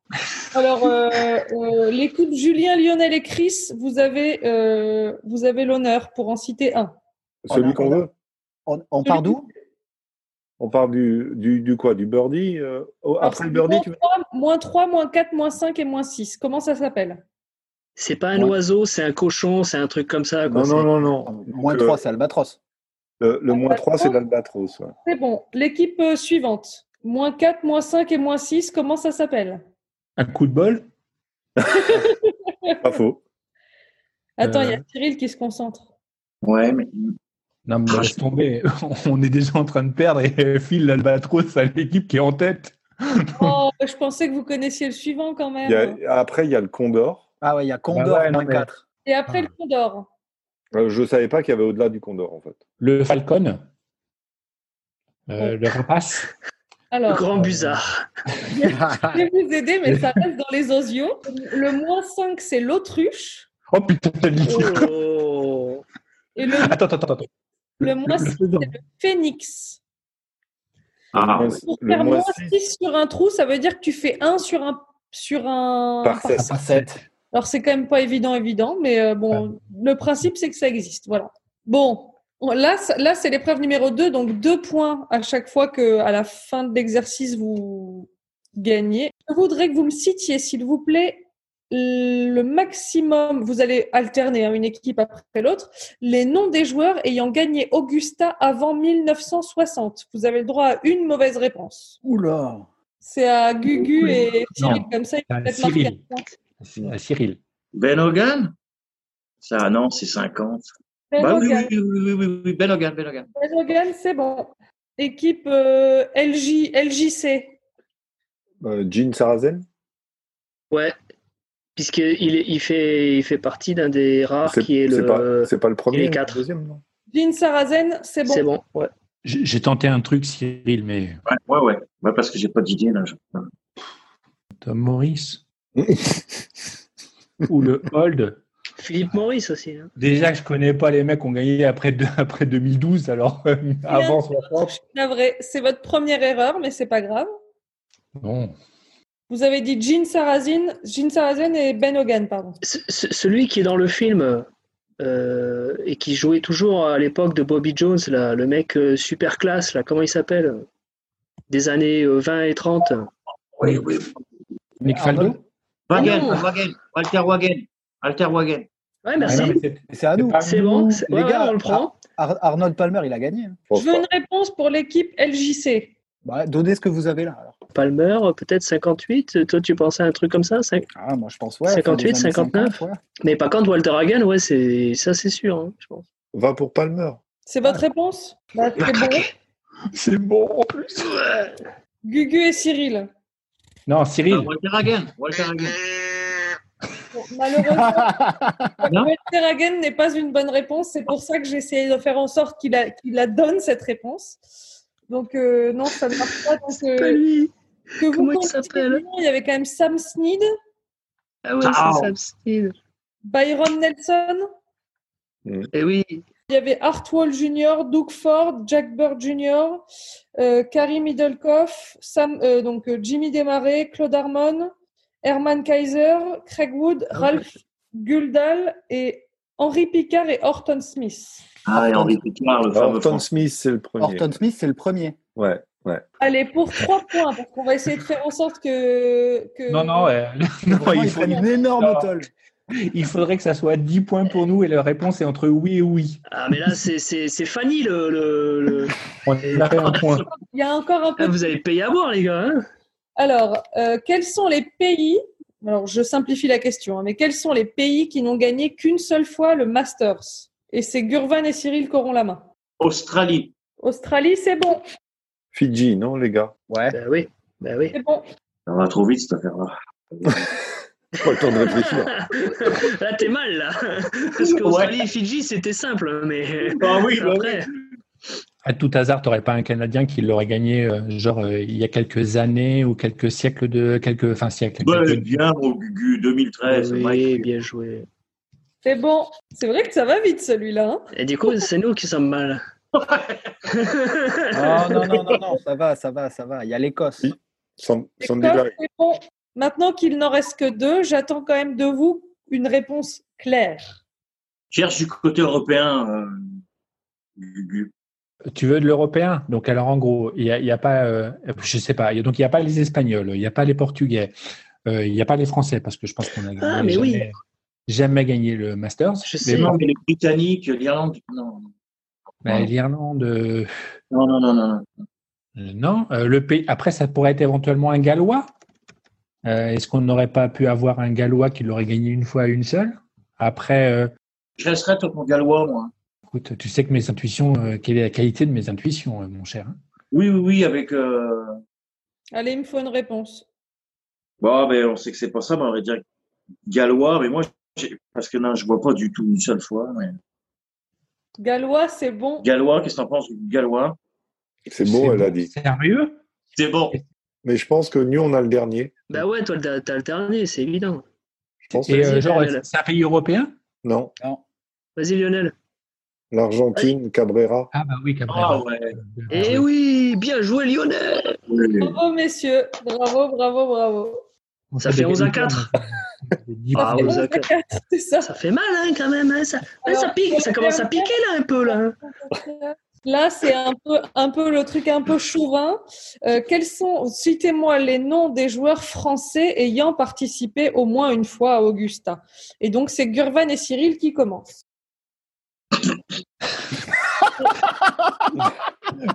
G: Alors, euh, euh, l'équipe Julien, Lionel et Chris, vous avez, euh, vous avez l'honneur pour en citer un.
A: Celui qu'on
E: on a-
A: veut.
E: On, on part d'où
A: On parle du, du, du quoi Du birdie euh, oh, Après le birdie, tu veux
G: Moins 3, moins 4, moins 5 et moins 6. Comment ça s'appelle
C: C'est pas un
E: Ouais.
C: oiseau, c'est un cochon, c'est un truc comme ça. quoi.
A: Non, non, non, non.
E: Moins
A: Donc, euh,
E: 3, c'est Albatros.
A: Le, le moins 3, c'est
G: Albatros.
A: l'albatros. ouais.
G: C'est bon. L'équipe euh, suivante. Moins 4, moins 5 et moins 6. Comment ça s'appelle
D: Un coup de bol
A: Pas faux.
G: Attends, il y a
D: Euh.
G: Cyril qui se concentre.
F: Ouais, mais
D: Non, mais
F: Ah,
D: laisse tomber. On est déjà en train de perdre et file l'albatros à l'équipe qui est en tête.
G: Oh, je pensais que vous connaissiez le suivant quand même.
A: Il y a- après, il y a le condor.
E: Ah ouais, il y a Condor,
D: ouais, non,
E: moins
D: mais-
E: 4.
G: Et après le Condor.
A: Euh, Je ne savais pas qu'il y avait au-delà du condor, en fait.
D: Le falcon Euh, Le rapace
C: Le
G: Alors.
C: grand busard.
G: Je vais vous aider, mais ça reste dans les osios. Le moins 5, c'est l'autruche.
D: Oh putain, t'as dit
A: Ah.
C: Oh.
G: Et le,
D: Attends, attends, attends. attends.
G: le moins 6,
D: faisan.
G: phénix.
F: ah,
A: Le
G: Pour
A: le
G: faire
A: moins
G: moins
A: 6
G: 6 sur un trou, ça veut dire que tu fais 1 sur un. Sur un...
A: par 7.
E: Par 7.
G: Alors, c'est quand même pas évident, évident, mais euh, bon, le principe, c'est que ça existe. Voilà. Bon. On- Là, ça- là c'est l'épreuve numéro 2, donc deux points à chaque fois que, à la fin de l'exercice, vous gagnez. Je voudrais que vous me citiez, s'il vous plaît, le maximum, vous allez alterner hein, une équipe après l'autre, les noms des joueurs ayant gagné Augusta avant 1960. Vous avez le droit à une mauvaise réponse.
E: Oula.
G: C'est à Gugu et Cyril,
D: Non.
G: comme ça, ils
D: Ah,
G: peuvent peut-être
D: Cyril.
G: marquer un point.
D: C'est- Ah, Cyril.
F: Ben Hogan Ça, non, c'est 50.
G: Ben
F: bah, oui,
G: Hogan.
F: Oui, oui, oui, oui, oui, oui, Ben Hogan, Ben Hogan.
G: Ben Hogan, c'est bon. Équipe euh, LJ, LJC.
A: Jean euh, Sarazen
C: Ouais. Puisqu'il est- il fait, il fait partie d'un des rares
A: C'est
C: Ah, qui est
A: c'est
C: le.
A: pas, c'est pas le premier,
C: il est
A: le
C: quatre.
A: deuxième, non
G: Jean Sarazen, c'est bon.
C: C'est bon. ouais.
D: J'ai j'ai tenté un truc, Cyril, mais
F: Ouais, ouais, ouais. Ouais, parce que j'ai pas d'idée, là. je- Ah,
D: Tom Morris ou le Hold.
C: Philippe Maurice aussi. hein.
D: Déjà, que je connais pas les mecs qui ont gagné après, de- après 2012, alors euh, avant
G: Je
D: 60.
G: suis navrée. C'est votre première erreur, mais c'est pas grave.
D: Non.
G: Vous avez dit Jean Sarrazin, Jean Sarrazin et Ben Hogan, pardon.
C: Ce- ce- Celui qui est dans le film euh, et qui jouait toujours à l'époque de Bobby Jones, là, le mec euh, super classe, là, comment il s'appelle Des années euh, 20 et 30.
F: Oui, oui.
D: Nick Faldo
F: Wagen,
C: Ah non.
F: Wagen, Walter Wagen, Walter Wagen.
C: Ouais, merci.
D: Ah non, mais c'est-
E: C'est à
D: c'est
E: nous.
D: pas-
C: C'est bon, c'est-
E: Les
C: ouais,
E: gars, ah.
C: ouais, on le prend.
E: Ar- Arnold Palmer, il a gagné. hein.
A: pense
G: Je veux
A: pas.
G: une réponse pour l'équipe LJC.
E: Bah, donnez ce que vous avez là. alors.
C: Palmer, peut-être 58. Toi, tu pensais à un truc comme ça cinq-
E: Ah, moi, je pense, ouais.
C: 58,
E: fin des années
C: 59.
E: 50, ouais.
C: Mais par contre, Walter Hagen, ouais, c'est ça, c'est sûr, hein, je pense.
A: Va pour Palmer.
G: C'est votre réponse Bah,
F: Il va
G: c'est bon.
F: craquer.
A: C'est bon en plus.
G: Gugu et Cyril.
D: Non,
F: Ah,
D: Cyril.
F: Walter Wagen, Walter Wagen.
G: Bon, malheureusement, Walter Hagen n'est pas une bonne réponse. C'est pour ça que j'ai essayé de faire en sorte qu'il la- qu'il la donne, cette réponse. Donc, euh, non, ça ne marche pas.
C: Ah,
G: Donc, euh,
C: Pas lui.
G: que vous
C: Comment il
G: comptiez
C: s'appelle
G: bien, Il y avait quand même Sam Sneed,
C: Ah ouais,
F: Ah.
C: c'est Sam Steele.
G: Byron Nelson,
F: eh
C: Et oui,
G: il y avait Art Wall Jr., Doug Ford, Jack Bird Jr., euh, Carrie Middlecoff, Sam, euh, donc, euh, Jimmy Desmarais, Claude Harmon, Herman Kaiser, Craig Wood,
C: Ah ouais.
G: Ralph Guldal et Henri Picard et Horton Smith.
F: Ah, et Henri Picard, le fameux
A: Orton
F: français.
A: Smith, c'est le premier.
E: Orton Smith, c'est le premier.
A: Ouais, ouais.
G: Allez, pour trois points, parce qu'on va essayer de faire en sorte que. que-
D: Non, non, euh, non,
E: Vraiment,
D: il,
E: il
D: faut-
E: prend une énorme
D: Non.
E: tolle.
D: il faudrait que ça soit 10 points pour nous et la réponse est entre oui et oui.
C: Ah, mais là, c'est- c'est c'est Fanny le. le- le-
D: On a fait un point.
G: Il y a encore un
C: Ah,
G: peu de
C: vous avez payé à boire, les gars. hein
G: Alors, euh, quels sont les pays Alors, je simplifie la question, hein, mais quels sont les pays qui n'ont gagné qu'une seule fois le Masters Et c'est Gurvan et Cyril qui auront la main.
F: Australie.
G: Australie, c'est bon,
A: Fidji, non, les gars
E: Ouais.
C: bah oui, bah oui.
G: c'est bon.
F: Ça va trop vite, cette affaire-là.
A: Pas le temps de réfléchir.
C: là, t'es mal, là. Parce que Australie et Fidji, c'était simple, mais.
F: Ah oui, bah
C: Après,
D: À tout hasard, t'aurais pas un Canadien qui l'aurait gagné, euh, genre, euh, il y a quelques années ou quelques siècles de. Quelques, enfin, siècles.
F: Ouais,
D: quelques-
F: Ben, bien, mon Gugu, 2013.
C: oui,
F: Mike.
C: bien joué.
G: C'est bon. C'est vrai que ça va vite celui-là. hein.
C: Et du coup, c'est nous qui sommes mal.
E: Non, Ah, non, non, non, non, ça va, ça va, ça va. Il y a l'Écosse.
A: Oui. Sam- Sandy
G: Écosse,
A: Barry.
G: c'est bon. Maintenant qu'il n'en reste que deux, j'attends quand même de vous une réponse claire.
F: Cherche du côté européen, euh, Gugu.
D: Tu veux de l'européen? Donc, alors, en gros, il n'y a, il y a pas. euh, je sais pas. il y a- donc, il n'y a pas les Espagnols, il n'y a pas les Portugais, euh, il n'y a pas les Français, parce que je pense qu'on a
C: Ah, mais
D: jamais,
C: oui.
D: jamais gagné le Masters.
C: Je
D: Mais
C: sais.
D: bon,
F: Non, mais les Britanniques, l'Irlande, non.
D: bah, l'Irlande, euh,
F: Non, non, non, non. non.
D: non. Euh, le pays, après, ça pourrait être éventuellement un Gallois. Euh, est-ce qu'on n'aurait pas pu avoir un Gallois qui l'aurait gagné une fois à une seule? Après, euh,
F: Je resterai sur mon gallois, moi.
D: Écoute, tu sais que mes intuitions, euh, quelle est la qualité de mes intuitions, euh, mon cher. hein
F: Oui, oui, oui, avec. Euh...
G: Allez, il me faut une réponse.
F: Bon, ben, on sait que c'est pas ça, mais on aurait dit gallois, mais moi, j'ai- parce que non, je vois pas du tout une seule fois. Mais...
G: Gallois, c'est bon.
F: Gallois, qu'est-ce que t'en penses du gallois
A: C'est bon, elle a dit.
D: Sérieux
F: C'est bon.
A: Mais je pense que nous, on a le dernier.
C: Bah ouais, toi, t'as t'as alterné, c'est évident.
A: Je pense
D: Et euh,
C: Vas-y,
D: genre,
C: Lionel.
D: c'est un pays européen
A: Non,
C: Vas-y, Lionel.
A: l'Argentine, Cabrera.
D: Ah bah euh, oui, Cabrera.
F: Ah ouais.
C: Eh oui, bien joué, Lionel.
G: Bravo, messieurs. Bravo, bravo, bravo.
D: On
C: Ça
D: fait
C: fait
D: des
C: 11 à
D: gagnants,
C: 4.
D: mais- des dix
C: Ah
D: points.
C: oui,
G: Bravo,
C: ça-
G: Zakat, C'est ça.
C: Ça fait mal, hein, quand même. hein, ça, ouais, ça, pique, ça commence à piquer, là, un peu, là.
G: Là, c'est un peu, un peu le truc un peu chauvin. Euh, quels sont, citez-moi les noms des joueurs français ayant participé au moins une fois à Augusta. Et donc, c'est Gurvan et Cyril qui commencent.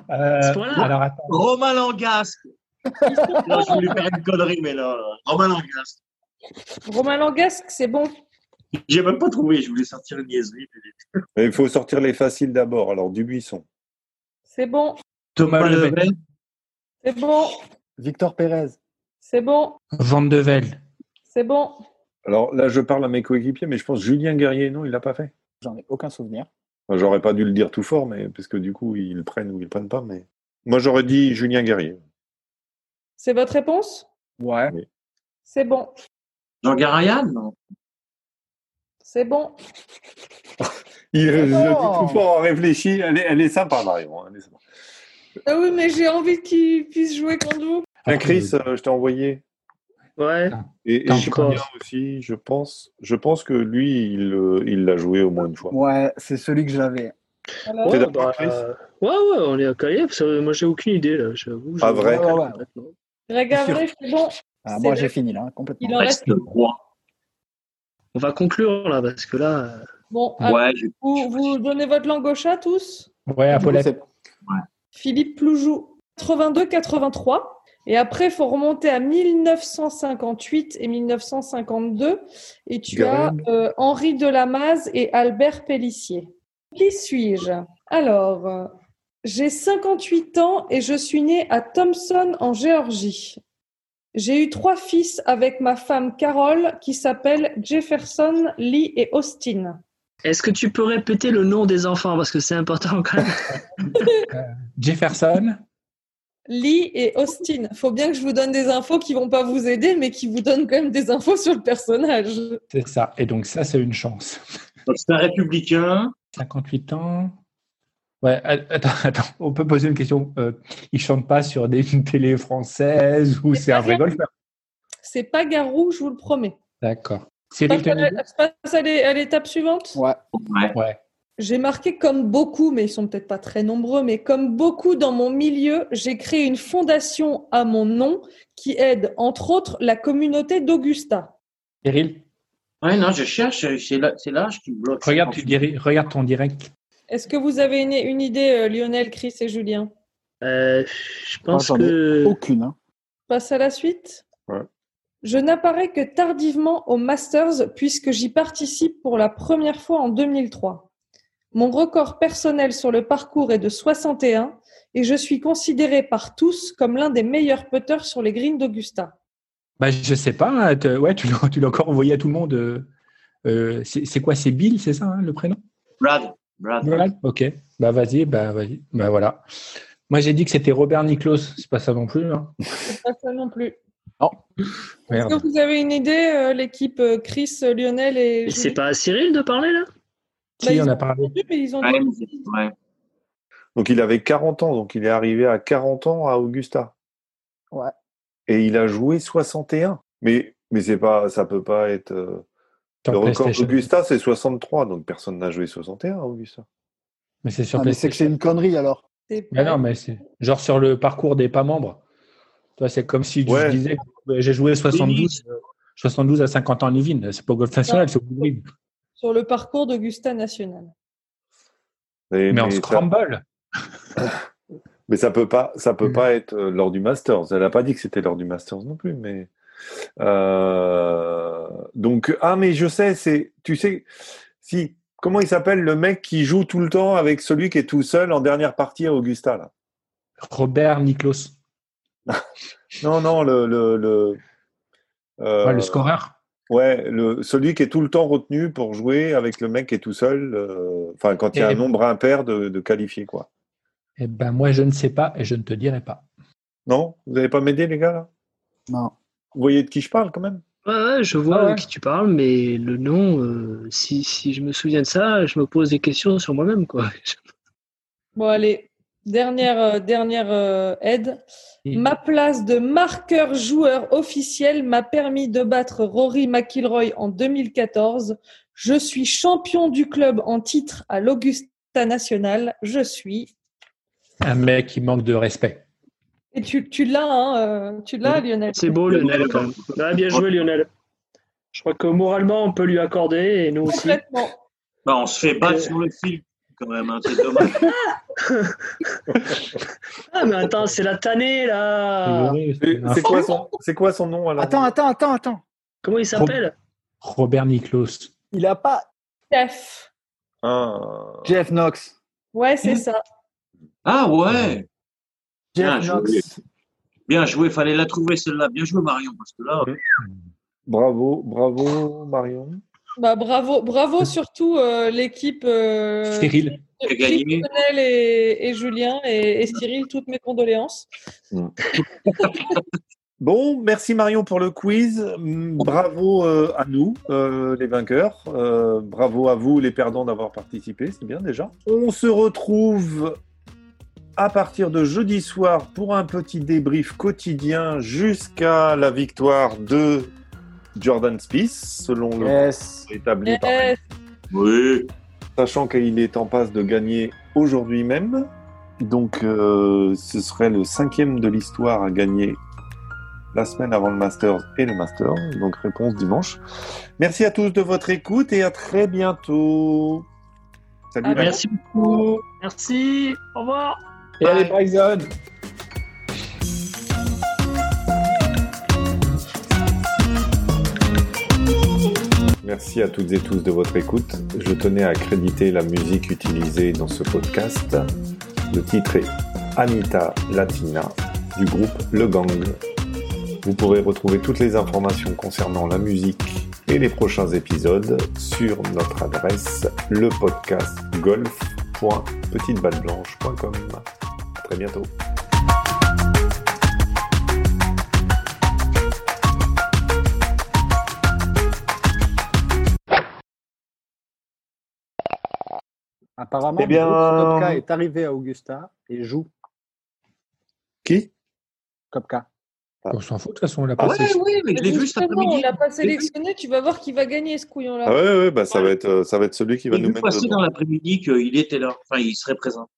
D: Euh,
C: À ce point-là.
D: alors attends,
F: Romain Langasque. Non, je voulais faire une connerie, mais là, là, Romain Langasque.
G: Romain Langasque, c'est bon.
F: J'ai même pas trouvé, je voulais sortir une niaiserie. mais-
A: Mais Il faut sortir les faciles d'abord. Alors, Dubuisson.
G: C'est bon.
D: Thomas
F: Pas le
D: Level,
F: vrai.
G: C'est bon.
E: Victor Pérez.
G: C'est bon.
D: Van de Velde.
G: C'est bon.
A: Alors là, je parle à mes coéquipiers, mais je pense Julien Guerrier, non, il l'a pas fait.
E: J'en ai aucun souvenir.
A: Enfin, J'aurais pas dû le dire tout fort, mais parce que du coup, ils le prennent ou ils le prennent pas. Mais moi, j'aurais dit Julien Guerrier.
G: C'est votre réponse?
E: Ouais.
G: C'est bon.
F: Jean Garayan, non
G: C'est bon.
A: Il le
E: non
A: dit tout fort, on réfléchit. Elle est, elle est sympa, Marion. hein, elle est sympa.
G: Ah oui, mais j'ai envie qu'il puisse jouer contre vous.
A: Tiens, Chris, euh, je t'ai euh, envoyé.
C: Ouais.
A: Et, et
D: Tant
A: Chikonia
C: pis.
A: aussi, je pense, je pense que lui, il euh, il l'a joué au moins une fois.
E: Ouais, c'est celui que j'avais.
G: Voilà.
A: T'es
C: Ouais,
A: d'accord,
C: bah,
A: Chris
C: euh, ouais, ouais, on est à Calais. ça, Moi, j'ai aucune idée, là. J'avoue.
A: Pas
C: je-
A: vrai.
E: Ouais, ouais, ouais.
C: Complètement.
G: Greg Avril, c'est bon.
E: Ah,
G: C'est
E: moi,
G: le-
E: j'ai fini là, complètement.
G: Il en reste.
F: Reste le roi.
C: On va conclure, là, parce que là. euh,
G: Bon,
D: Ah.
G: alors,
F: Ouais, je-
G: vous, vous donnez votre langue au chat tous
D: Ouais,
E: Du coup,
D: Apollo.
E: c'est-
G: Philippe Ploujou, 82-83. Et après, il faut remonter à 1958 et 1952. Et tu
A: Garenne.
G: as euh, Henri Delamaze et Albert Pellissier. Qui suis-je Alors, euh, j'ai 58 ans et je suis née à Thomson, en Géorgie. J'ai eu trois fils avec ma femme Carole qui s'appellent Jefferson, Lee et Austin.
C: Est-ce que tu peux répéter le nom des enfants Parce que c'est important quand même.
D: Jefferson.
G: Lee et Austin. Faut bien que je vous donne des infos qui vont pas vous aider, mais qui vous donnent quand même des infos sur le personnage.
D: C'est ça. Et donc, ça, c'est une chance.
F: donc, c'est un républicain.
D: 58 ans. Ouais, a- attends, attends, on peut poser une question. Euh, il chante pas sur des une télé française ou
G: C'est
D: c'est un
G: pas
D: vrai
G: grave.
D: golfeur.
G: C'est pas Garou, je vous le promets.
D: D'accord.
G: Je
D: Cyril
G: passe à la-
D: Hanouna
G: je passe à l'é- à l'étape suivante.
E: Ouais.
F: Ouais.
D: Ouais.
G: J'ai marqué comme beaucoup, mais ils sont peut-être pas très nombreux, mais comme beaucoup dans mon milieu, j'ai créé une fondation à mon nom qui aide entre autres la communauté d'Augusta.
D: Cyril,
F: Ouais, non, je cherche. C'est là, c'est l'âge qui me bloque.
D: regarde, tu diri- regarde ton direct.
G: Est-ce que vous avez une, une idée, euh, Lionel, Chris et Julien
C: Euh, je pense
E: Attendez.
C: que.
E: Aucune. hein.
G: Passe à la suite.
A: Ouais.
G: Je n'apparais que tardivement aux Masters puisque j'y participe pour la première fois en 2003. Mon record personnel sur le parcours est de 61 et je suis considéré par tous comme l'un des meilleurs putters sur les greens d'Augusta.
D: Bah, je sais pas. hein, te- ouais, tu l'as tu l'as encore envoyé à tout le monde. euh, euh, c'est c'est quoi C'est Bill, c'est ça hein, le prénom
F: Brad. Brad.
D: Voilà, ok. Bah vas-y, bah vas-y. Bah voilà. Moi j'ai dit que c'était Robert Nicklaus, c'est pas ça non plus. hein.
G: C'est Pas ça non plus. Est-ce
D: Merde.
G: que vous avez une idée, euh, l'équipe euh, Chris, euh, Lionel et
C: Et
G: Julien
C: C'est pas à Cyril de parler, là
G: Bah,
D: Si,
G: ils
D: on a
G: ont
D: parlé.
G: entendu, mais ils ont
F: Ouais,
G: dit-
F: mais c'est- ouais.
A: Donc il avait 40 ans, donc il est arrivé à 40 ans à Augusta.
E: Ouais.
A: Et il a joué 61. Mais mais c'est pas, ça peut pas être. euh,
D: Sur
A: le record
D: PlayStation.
A: d'Augusta c'est 63, donc personne n'a joué 61 à Augusta.
D: Mais c'est sur
E: Ah, mais c'est que
D: PlayStation.
E: c'est une connerie alors.
G: c'est-
D: Mais Ah non, mais c'est genre sur le parcours des pas membres. Toi, c'est comme si
A: Ouais.
D: je disais que j'ai joué 72, euh, 72 à 50 ans en Livine. C'est pas au golf national, c'est au Green.
G: sur le parcours d'Augusta National.
A: Et-
D: Mais en
A: ça,
D: scramble.
A: mais ça peut pas, ça peut
D: Mm.
A: pas être euh, lors du Masters. Elle a pas dit que c'était lors du Masters non plus, mais euh, donc ah mais je sais, c'est tu sais si comment il s'appelle le mec qui joue tout le temps avec celui qui est tout seul en dernière partie à Augusta là.
D: Robert Nicklaus.
A: Non non le le le, euh,
D: Ouais, le scoreur.
A: Ouais, le, celui qui est tout le temps retenu pour jouer avec le mec qui est tout seul, euh, enfin, quand il y a
D: Et-
A: un nombre impair de, de qualifiés, quoi.
D: Eh ben moi, je ne sais pas et je ne te dirai pas.
A: Non? Vous n'allez pas m'aider, les gars, là?
E: Non.
A: Vous voyez de qui je parle, quand même?
C: Ouais, ouais, je vois
D: Ah ouais.
C: de qui tu parles, mais le nom, euh, si, si je me souviens de ça, je me pose des questions sur moi-même, quoi.
G: Bon, allez, dernière, euh, dernière euh, aide.
D: Et-
G: Ma place de marqueur joueur officiel m'a permis de battre Rory McIlroy en 2014. Je suis champion du club en titre à l'Augusta National. Je suis.
D: Un mec qui manque de respect.
G: Et tu, tu l'as, hein, euh, tu l'as, Lionel.
C: C'est beau, Lionel, quand même. Ouais, bien joué, Lionel. Je crois que moralement, on peut lui accorder, et nous aussi.
G: Complètement.
F: Bah, on se fait battre
C: Euh.
F: sur le fil, quand même. hein, C'est dommage.
C: Ah, mais attends, c'est la tannée,
G: Ah.
C: là
D: Oui,
A: Et
D: c'est un-
A: C'est quoi son, c'est quoi son nom, alors?
E: Attends, attends, attends, attends.
C: Comment il s'appelle
D: Robert Nicklaus.
E: Il a pas
G: Steph.
A: Ah.
E: Jeff Knox.
G: Ouais, c'est ça.
F: Ah ouais.
E: Jeff
F: Bien joué.
E: Knox.
F: Bien joué. Fallait la trouver, celle-là. Bien joué, Marion, parce que là.
A: Bravo, bravo, Marion.
G: Bah, bravo, bravo surtout euh, l'équipe. euh,
D: Cyril.
F: Qui a gagné.
G: Lionel et, et Julien et, et Cyril, toutes mes condoléances.
A: Bon, merci Marion pour le quiz. Mm, Bravo euh, à nous, euh, les vainqueurs. Euh, bravo à vous, les perdants, d'avoir participé. C'est bien déjà. On se retrouve à partir de jeudi soir pour un petit débrief quotidien jusqu'à la victoire de Jordan Spieth, selon le
E: Yes.
A: établi par
G: Yes.
F: Oui.
A: sachant qu'il est en passe de gagner aujourd'hui même. Donc, euh, ce serait le cinquième de l'histoire à gagner la semaine avant le Masters et le Masters. Donc, réponse dimanche. Merci à tous de votre écoute et à très bientôt. Salut.
C: Ah,
A: Marie.
F: Merci beaucoup.
C: Merci, au revoir.
E: Et allez, Bryson
A: Merci à toutes et tous de votre écoute. Je tenais à créditer la musique utilisée dans ce podcast. Le titre est Anita Latina du groupe Le Gang. Vous pourrez retrouver toutes les informations concernant la musique et les prochains épisodes sur notre adresse lepodcastgolf.petiteballeblanche.com. À très bientôt.
E: Apparemment,
A: Eh bien-
E: le groupe Kopka est arrivé à Augusta et joue
A: Qui
E: Kopka.
D: On s'en fout de toute façon, on l'a
F: Ah
D: passé.
F: ouais, oui, mais je l'ai vu cet
G: Justement, on
F: après-midi.
G: l'a pas
F: l'ai vu.
G: sélectionné, tu vas voir qui va gagner ce couillon-là.
A: Ah ouais, ouais, bah ça va être euh, ça va être celui qui
F: J'ai
A: va nous
F: vu
A: mettre
F: passer
A: dedans.
F: dans l'après-midi qu'il était là. Enfin, il serait présent.